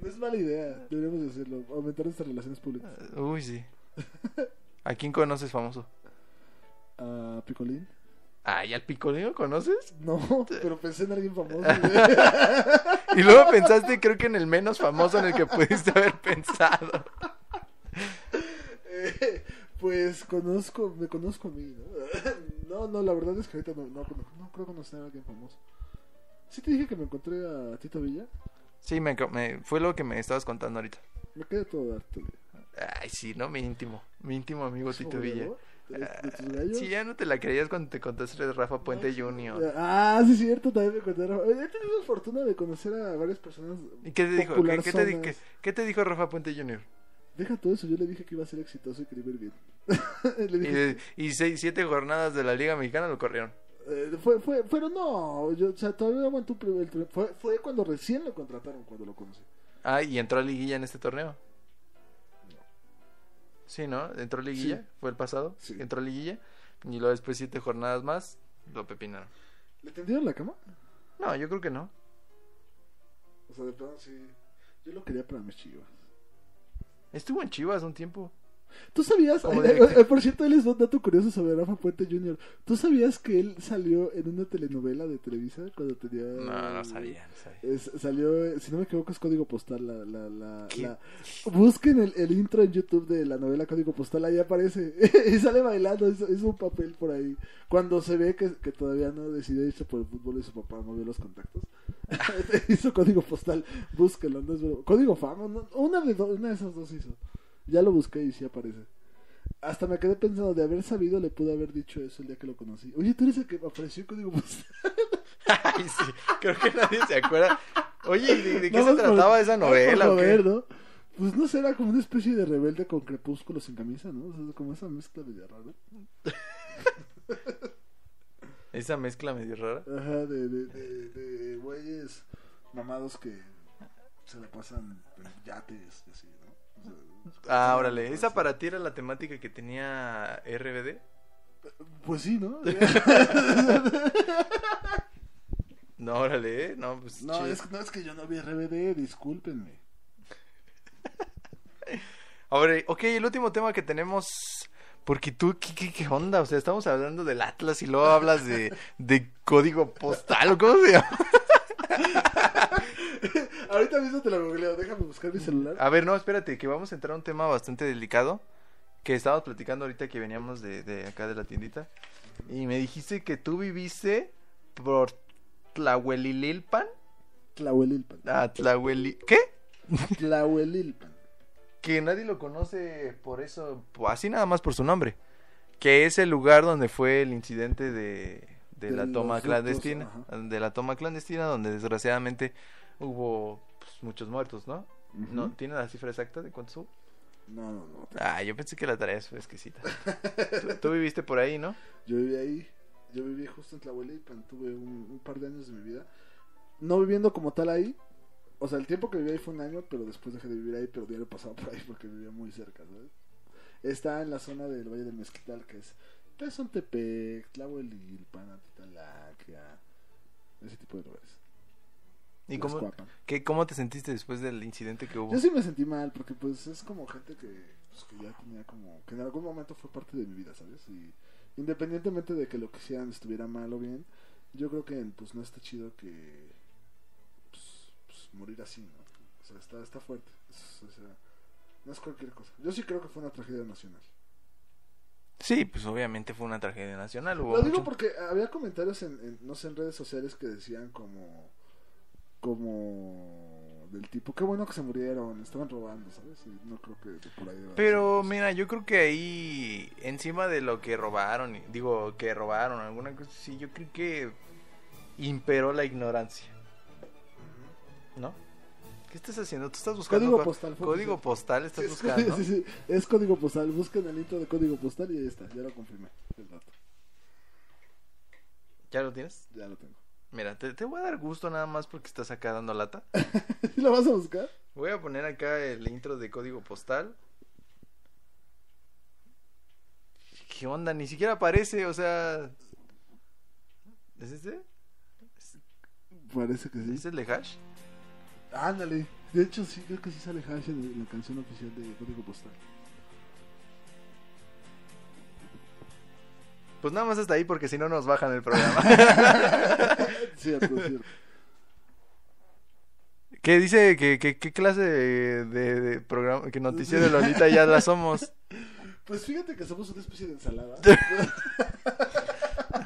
C: No es mala idea, deberíamos de hacerlo, aumentar nuestras relaciones públicas.
B: Uy, sí. ¿A quién conoces famoso?
C: ¿A Picolín?
B: Ah, ¿y al picolino conoces?
C: No, pero pensé en alguien famoso. güey.
B: Y luego pensaste, creo que en el menos famoso en el que pudiste haber pensado.
C: Eh, pues conozco, me conozco a mí, ¿no? No, no, la verdad es que ahorita no, no, conozco- no creo conocer a alguien famoso. Sí te dije que me encontré a Tito Villa,
B: Sí, me, co- me- fue lo que me estabas contando ahorita.
C: me quedé todo harto. güey.
B: Ay, sí, ¿no? Mi íntimo. Mi íntimo amigo Tito Villa. Ah,
C: ¿no? ¿De, de tus gallos?
B: Sí, ya no te la creías cuando te contaste de Rafa Puente Jr.
C: Ah, sí, es cierto, también me encontré a Rafa. He tenido la fortuna de conocer a varias personas.
B: ¿Y qué te dijo? ¿Qué,
C: popular
B: qué te, di-
C: zonas.
B: qué- qué te dijo Rafa Puente Jr.?
C: Deja todo eso, yo le dije que iba a ser exitoso y que le iba a ir bien. le
B: Y,
C: dije,
B: de- y seis, siete jornadas de la Liga Mexicana lo corrieron.
C: Eh, fue, fue, pero no, yo, o sea, todavía aguantó un primer tri- fue, fue cuando recién lo contrataron, cuando lo conocí.
B: Ah, y entró a Liguilla en este torneo. Sí, ¿no? Entró a Liguilla,
C: Sí.
B: fue el pasado.
C: Sí.
B: Entró a Liguilla. Y luego después siete jornadas más, lo pepinaron.
C: ¿Le tendieron la cama?
B: No, yo creo que no.
C: O sea, de plano sí. Yo lo quería para mis chivas.
B: Estuvo en Chivas un tiempo.
C: ¿Tú sabías?
B: Como
C: eh, eh,
B: director.
C: eh, por cierto, él es un dato curioso sobre Rafa Puente Jr. ¿Tú sabías que él salió en una telenovela de Televisa cuando tenía.
B: No, no sabía, no sabía.
C: Es- salió, eh, si no me equivoco, es código postal. La, la, la,
B: ¿Qué?
C: la- Busquen el, el intro en YouTube de la novela Código Postal, ahí aparece. y sale bailando, es, es un papel por ahí. Cuando se ve que, que todavía no decidió irse por el fútbol y su papá no vio los contactos, hizo Código Postal. Búsquenlo, no es broma. Código Fama, no- una, de do- una de esas dos hizo. Ya lo busqué y sí aparece. Hasta me quedé pensando, de haber sabido, le pude haber dicho eso el día que lo conocí. Oye, tú eres el que apareció en Código Postal.
B: Ay, sí, creo que nadie se acuerda. Oye, ¿y ¿de, de qué
C: Nada
B: se
C: más por-
B: trataba esa
C: nada más por
B: novela? o qué?
C: joder, ¿no? Pues no será como una especie de rebelde con crepúsculo sin camisa, ¿no? O sea, como esa mezcla de rara.
B: Esa mezcla medio rara.
C: Ajá, de, de, de, de güeyes mamados que se la pasan en yates y así, ¿no? O sea,
B: Ah,
C: sí,
B: órale.
C: pues,
B: ¿Esa para ti era la temática que tenía RBD?
C: Pues sí, ¿no?
B: No, órale, ¿eh? No, pues.
C: no,
B: chido.
C: es, no, es que yo no vi RBD, discúlpenme.
B: Ahora, ok, el último tema que tenemos. Porque tú, ¿qué, qué, qué onda? O sea, estamos hablando del Atlas y luego hablas de, de código postal o cómo se llama.
C: Ahorita mismo te lo googleo, déjame buscar mi celular.
B: A ver, no, espérate, que vamos a entrar a un tema bastante delicado. Que estábamos platicando ahorita que veníamos de, de acá de la tiendita. Y me dijiste que tú viviste por Tlahuelililpan.
C: Tlahuelilpan.
B: Ah, Tlahueli... ¿Qué?
C: Tlahuelilpan.
B: que nadie lo conoce por eso, po- así nada más por su nombre, que es el lugar donde fue el incidente de, de
C: De
B: la toma
C: los
B: clandestina,
C: frutos,
B: de la toma clandestina donde desgraciadamente hubo pues, muchos muertos, ¿no? ¿No
C: Ujú.
B: tiene la cifra exacta de cuántos hubo?
C: No, no, no.
B: Ah, yo pensé que la tarea es exquisita. tú, tú viviste por ahí, ¿no?
C: Yo viví ahí, yo viví justo en Tlahuelipan, tuve un, un par de años de mi vida. No viviendo como tal ahí, o sea, el tiempo que viví ahí fue un año, pero después dejé de vivir ahí, pero diario pasaba por ahí porque vivía muy cerca, ¿sabes? está en la zona del Valle del Mezquital, que es Tezontepec, Tlahuelil, Panatitlacria, ese tipo de lugares.
B: ¿Y cómo,
C: Tlaxcuapan.
B: qué, cómo te sentiste después del incidente que hubo?
C: Yo sí me sentí mal, porque pues es como gente que, pues, que ya tenía como... que en algún momento fue parte de mi vida, ¿sabes? Y independientemente de que lo que hicieran estuviera mal o bien, yo creo que pues no está chido que... pues, pues, morir así, ¿no? O sea, está, está fuerte. Es- o sea, no es cualquier cosa. Yo sí creo que fue una tragedia nacional.
B: Sí, pues obviamente fue una tragedia nacional. Hubo
C: Lo digo
B: mucho-
C: porque había comentarios en, en- no sé, en redes sociales que decían como, como del tipo, qué bueno que se murieron, estaban robando, ¿sabes? Y no creo que de por ahí. deba
B: Pero
C: ser.
B: mira, yo creo que ahí, encima de lo que robaron, y- digo, que robaron, alguna cosa así, yo creo que imperó la ignorancia. ¿No? ¿Qué estás haciendo? ¿Tú estás buscando
C: Código
B: cua-
C: postal, fue
B: código postal
C: oficial. Sí,
B: estás
C: es,
B: buscando?
C: sí, sí, es código postal, busquen el intro de código postal y ahí está, ya lo confirmé, el dato,
B: ¿Ya lo tienes?
C: ya lo tengo.
B: Mira, te, te voy a dar gusto nada más porque estás acá dando lata.
C: ¿Lo vas a buscar?
B: Voy a poner acá el intro de código postal. ¿Qué onda? Ni siquiera aparece, o sea... ¿Es este?
C: Parece que sí.
B: ¿Es el de hash?
C: Ándale, de hecho sí, creo que sí sale Hash en en la canción oficial de código postal.
B: Pues nada más hasta ahí porque si no nos bajan el programa.
C: cierto, cierto.
B: que dice que que- qué clase de, de- de programa, que noticiero de Lolita ya la somos.
C: Pues fíjate que somos una especie de ensalada.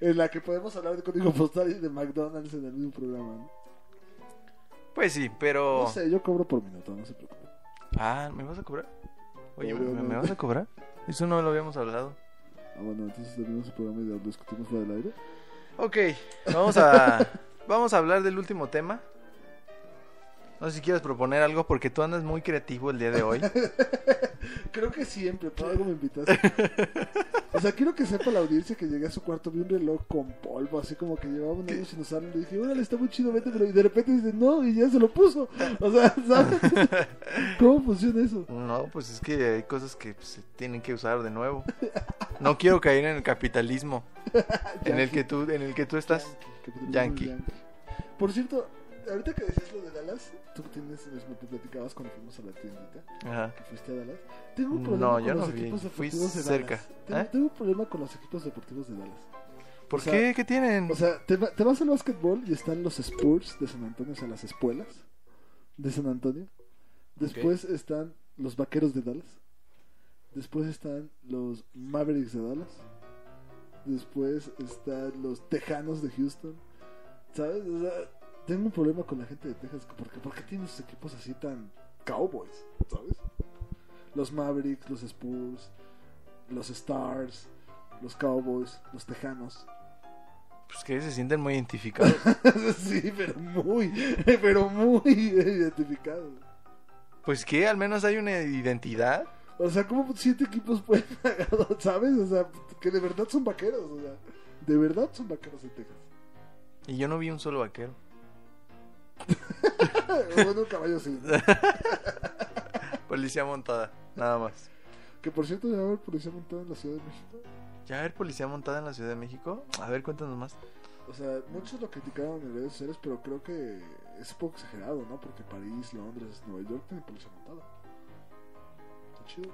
C: en la que podemos hablar de código postal y de McDonald's en el mismo programa. ¿no?
B: Pues sí, pero...
C: No sé, yo cobro por minuto, no se preocupe.
B: Ah, ¿me vas a cobrar? Oye, ¿me, me,
C: Obviamente.
B: me vas a cobrar? Eso no lo habíamos hablado.
C: Ah, bueno, entonces terminamos el programa y lo discutimos fuera del aire.
B: Ok, vamos a... vamos a hablar del último tema. No sé si quieres proponer algo porque tú andas muy creativo el día de hoy.
C: Creo que siempre, por algo me invitaste. O sea, quiero que sepa la audiencia que llegué a su cuarto, vi un reloj con polvo, así como que llevaba un año sin usarlo. Le dije, órale, está muy chido, vete, pero y de repente dice, no, y ya se lo puso. O sea, ¿sabes? ¿Cómo funciona eso?
B: No, pues es que hay cosas que pues, se tienen que usar de nuevo. No quiero caer en el capitalismo en el que tú, en el que tú estás.
C: Capitalismo
B: Yankee.
C: Yankee. Por cierto, ahorita que decías lo de Dallas, tú tienes, me platicabas cuando fuimos a la tiendita,
B: Ajá.
C: que fuiste a Dallas. Tengo un
B: No,
C: problema
B: yo
C: con
B: no
C: los
B: fui,
C: equipos
B: fui
C: deportivos de
B: cerca,
C: Dallas. Tengo,
B: ¿eh?
C: tengo un problema con los equipos deportivos de Dallas.
B: ¿Por
C: O sea,
B: qué? ¿Qué tienen?
C: O sea, te, va- te vas al básquetbol y están los Spurs de San Antonio, o sea, las espuelas de San Antonio. Después están los Vaqueros de Dallas. Después están los Mavericks de Dallas. Después están los Tejanos de Houston. ¿Sabes? O sea, tengo un problema con la gente de Texas. Porque, ¿Por qué tienen sus equipos así tan cowboys? ¿Sabes? Los Mavericks, los Spurs, los Stars, los Cowboys, los Tejanos.
B: Pues que se sienten muy identificados.
C: sí, pero muy, pero muy identificado.
B: Pues que al menos hay una identidad.
C: O sea, ¿cómo siete equipos pueden ¿Sabes? O sea, que de verdad son vaqueros. O sea, de verdad son vaqueros en Texas.
B: Y yo no vi un solo vaquero.
C: bueno, un caballo sí.
B: Policía montada, nada más.
C: Que por cierto, ya va a haber policía montada en la Ciudad de México.
B: ¿Ya ver policía montada en la Ciudad de México? A ver, cuéntanos más.
C: O sea, muchos lo criticaron en redes sociales, pero creo que es un poco exagerado, ¿no? Porque París, Londres, Nueva York tienen policía montada. Está chido.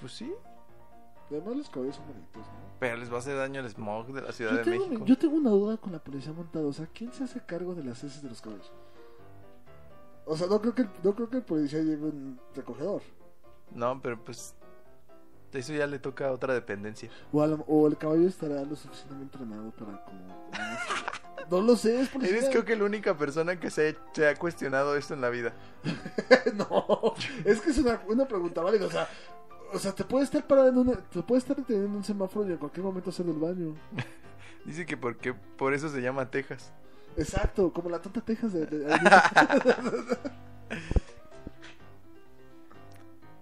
B: Pues sí,
C: Además, los caballos son bonitos, ¿no?
B: pero les va a hacer daño el smog de la Ciudad
C: Yo
B: de
C: tengo,
B: México.
C: yo tengo una duda con la policía montada. O sea, ¿quién se hace cargo de las heces de los caballos? O sea, no creo que, no creo que el policía lleve un recogedor.
B: No, pero pues eso ya le toca a otra dependencia.
C: O, a lo- o el caballo estará lo suficientemente entrenado para como... no sé. No lo sé, es policía.
B: Eres creo que la única persona que se, se ha cuestionado esto en la vida.
C: no, es que es una, una pregunta válida. O sea, o sea, te puede estar parado en una, te puede estar detenido en un semáforo y en cualquier momento hacer del baño.
B: Dice que porque por eso se llama Texas.
C: Exacto, como la tonta Texas de... de-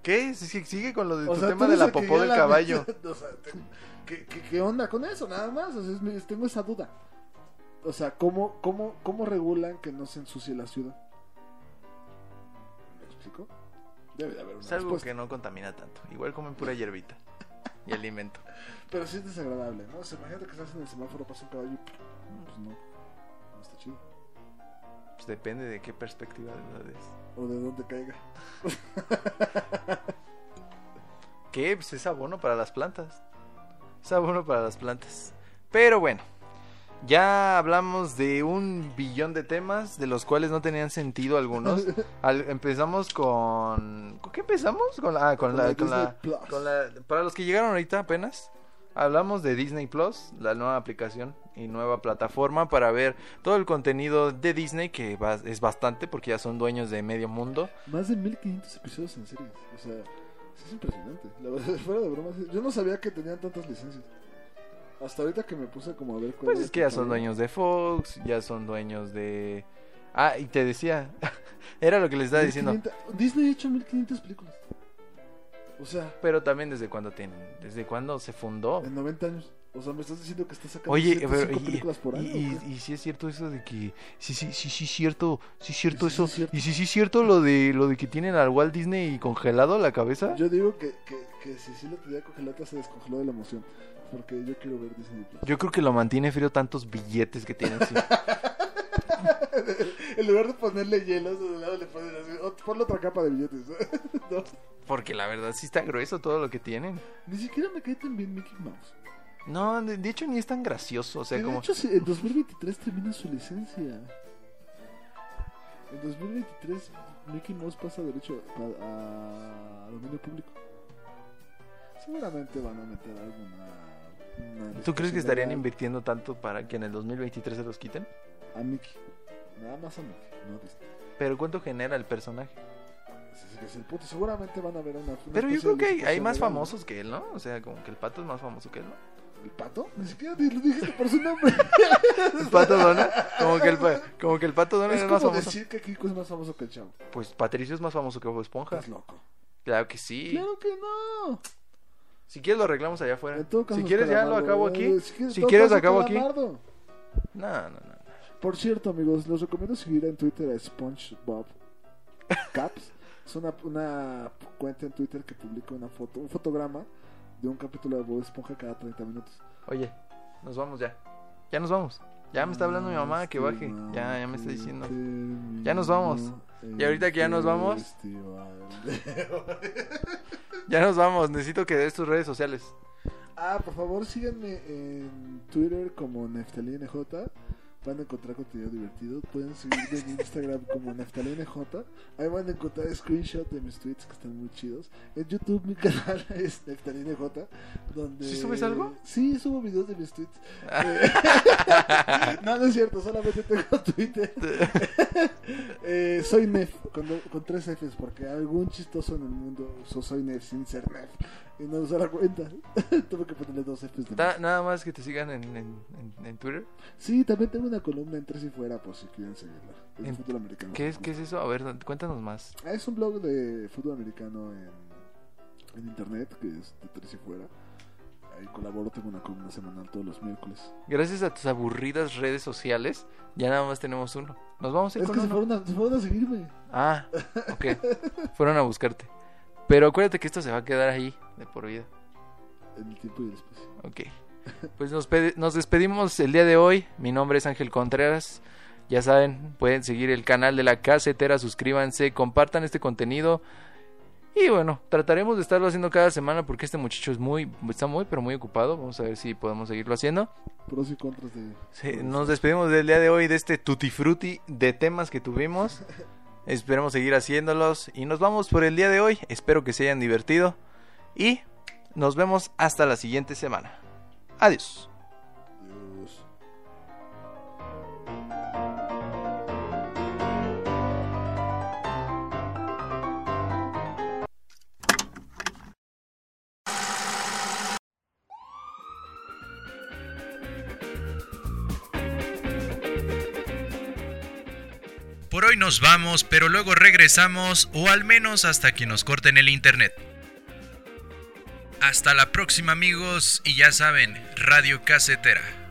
B: ¿Qué? Sí, Sigue con lo de
C: O
B: tu
C: sea,
B: tema
C: tú
B: de
C: eres
B: la
C: el que
B: popó
C: ya
B: del
C: la-
B: caballo.
C: o sea, te- ¿qué, qué, qué onda con eso? Nada más. O sea, es mi- tengo esa duda. O sea, ¿cómo, cómo, ¿cómo regulan que no se ensucie la ciudad? ¿Me explico? Debe de haber una
B: Es algo
C: respuesta.
B: que no contamina tanto. Igual comen pura hierbita y alimento.
C: Pero sí es desagradable, ¿no? O sea, imagínate que estás en el semáforo, pasa un caballo y... Pues no. No está chido.
B: Pues depende de qué perspectiva de lo des.
C: O de dónde caiga.
B: ¿Qué? Pues es abono para las plantas. Es abono para las plantas. Pero bueno, ya hablamos de un billón de temas, de los cuales no tenían sentido algunos. Al- empezamos con... ¿Con qué empezamos? Con la... ah, con
C: Con
B: la-
C: la
B: con la-
C: Disney Plus.
B: con la- para los que llegaron ahorita apenas, hablamos de Disney Plus, la nueva aplicación y nueva plataforma para ver todo el contenido de Disney, que va- es bastante porque ya son dueños de medio mundo.
C: Más de 1500 episodios en series. O sea, sí es impresionante. La verdad, fuera de bromas. Yo no sabía que tenían tantas licencias. Hasta ahorita que me puse como a ver cuál
B: Pues
C: era
B: es que ya
C: el
B: son
C: compañero.
B: dueños de Fox, ya son dueños de... Ah, y te decía, era lo que les estaba diciendo.
C: 1500 Disney ha hecho 1500 películas. O sea,
B: Pero también desde cuándo tienen, desde cuándo se fundó.
C: en 90 años. O sea, me estás diciendo que está sacando
B: Oye,
C: 105
B: pero, y,
C: películas por año.
B: y,
C: ¿o qué?
B: y- y si es cierto eso de que, sí, sí, sí, sí, cierto, sí, cierto
C: Y sí,
B: eso,
C: sí, cierto.
B: y sí, sí, cierto lo de, lo de que tienen al Walt Disney congelado la cabeza. Yo,
C: Yo digo que, que, que si sí lo tenía congelada se descongeló de la emoción. Porque yo quiero ver Disney Plus.
B: creo que lo mantiene frío tantos billetes que tienen. sí.
C: en lugar de ponerle hielos, de lado le ponen así. "Oh, Ponle otra capa de billetes. ¿no?
B: Porque la verdad sí está grueso todo lo que tienen.
C: Ni siquiera me cae tan bien Mickey Mouse.
B: No, de, de hecho ni es tan gracioso, o sea,
C: Que
B: como...
C: De hecho, se- en 2023 termina su licencia. En 2023, Mickey Mouse pasa derecho pa- a, dominio público. Seguramente van a meter alguna. una
B: ¿Tú crees que estarían
C: restricción
B: invirtiendo tanto para que en el 2023 se los quiten?
C: legal A Mickey. Nada más a Mickey, no a Disney.
B: Pero ¿cuánto genera el personaje?
C: Ese es- ese es el punto. Seguramente van a ver una. una
B: Pero yo creo
C: especie de
B: que hay, hay
C: legislación
B: más
C: legal, ¿no?
B: famosos que él, ¿no? O sea, como que el pato es más famoso que él, ¿no?
C: ¿El pato? Ni siquiera di- lo dijiste por su nombre.
B: ¿El pato Donald? Como que el, pa- como que el pato Donald
C: es
B: es, más
C: como
B: famoso.
C: decir que Kiko es más famoso que el chavo.
B: Pues Patricio es más famoso que Bob Esponja.
C: Estás loco.
B: Claro que sí.
C: Claro que no.
B: Si quieres lo arreglamos allá afuera.
C: En todo caso,
B: Si quieres ya lo
C: Calamardo,
B: acabo
C: eh,
B: aquí.
C: Si quieres,
B: Si
C: todo
B: quieres
C: caso,
B: acabo aquí.
C: Calamardo.
B: No, no, no.
C: Por cierto, amigos, les recomiendo seguir en Twitter a SpongeBob Caps. es una, una cuenta en Twitter que publica una foto, un fotograma de un capítulo de Bob Esponja cada 30 minutos.
B: Oye, nos vamos ya. Ya nos vamos. Ya me está hablando mi mamá que baje.
C: Lástima
B: Ya, ya me está
C: Este, que
B: diciendo.
C: terminó
B: Ya nos vamos. Y ahorita que ya nos
C: este
B: vamos-
C: festival.
B: Ya nos vamos. Necesito que des tus redes sociales.
C: Ah, por favor, síganme en Twitter como NeftaliNJ. Van a encontrar contenido divertido. Pueden seguirme en Instagram como NeftaliNJ. Ahí van a encontrar screenshots de mis tweets que están muy chidos. En YouTube mi canal es NeftaliNJ. Donde...
B: ¿Sí subes algo?
C: Sí, subo videos de mis tweets. Eh, no, no es cierto, solamente tengo Twitter. Eh, soy Nef, con, do- con tres Fs, porque algún chistoso en el mundo usó Soy Nef sin ser Nef. Y no usó la cuenta. Tuve que ponerle dos Fs de
B: Ta-
C: más.
B: nada más que te sigan en, en- en- en Twitter.
C: Sí, también tengo una columna en Tres y Fuera, por si quieren seguirla. Es de
B: ¿En-
C: fútbol americano.
B: ¿Qué es, ¿Qué es eso? A ver, cuéntanos más.
C: Ah, Es un blog de fútbol americano en, en internet, que es de Tres y Fuera. Ahí colaboro, tengo una columna semanal todos los miércoles.
B: Gracias a tus aburridas redes sociales, ya nada más tenemos uno. Nos vamos a ir
C: es
B: con
C: que se
B: uno.
C: fueron, a, se fueron a seguirme.
B: Ah, ok. Fueron a buscarte. Pero acuérdate que esto se va a quedar ahí de por vida.
C: En el tiempo y el espacio.
B: Ok. Pues nos, pede- nos despedimos el día de hoy. Mi nombre es Ángel Contreras. Ya saben, pueden seguir el canal de la casetera, suscríbanse, compartan este contenido. Y bueno, trataremos de estarlo haciendo cada semana porque este muchacho es muy, está muy, pero muy ocupado. Vamos a ver si podemos seguirlo haciendo.
C: Pros y contras de.
B: Sí, nos despedimos del día de hoy de este tutti frutti de temas que tuvimos. Esperemos seguir haciéndolos y nos vamos por el día de hoy. Espero que se hayan divertido y nos vemos hasta la siguiente semana. Adiós.
C: Dios.
B: Por hoy nos vamos, pero luego regresamos o al menos hasta que nos corten el internet. Hasta la próxima amigos y ya saben, Radio Casetera.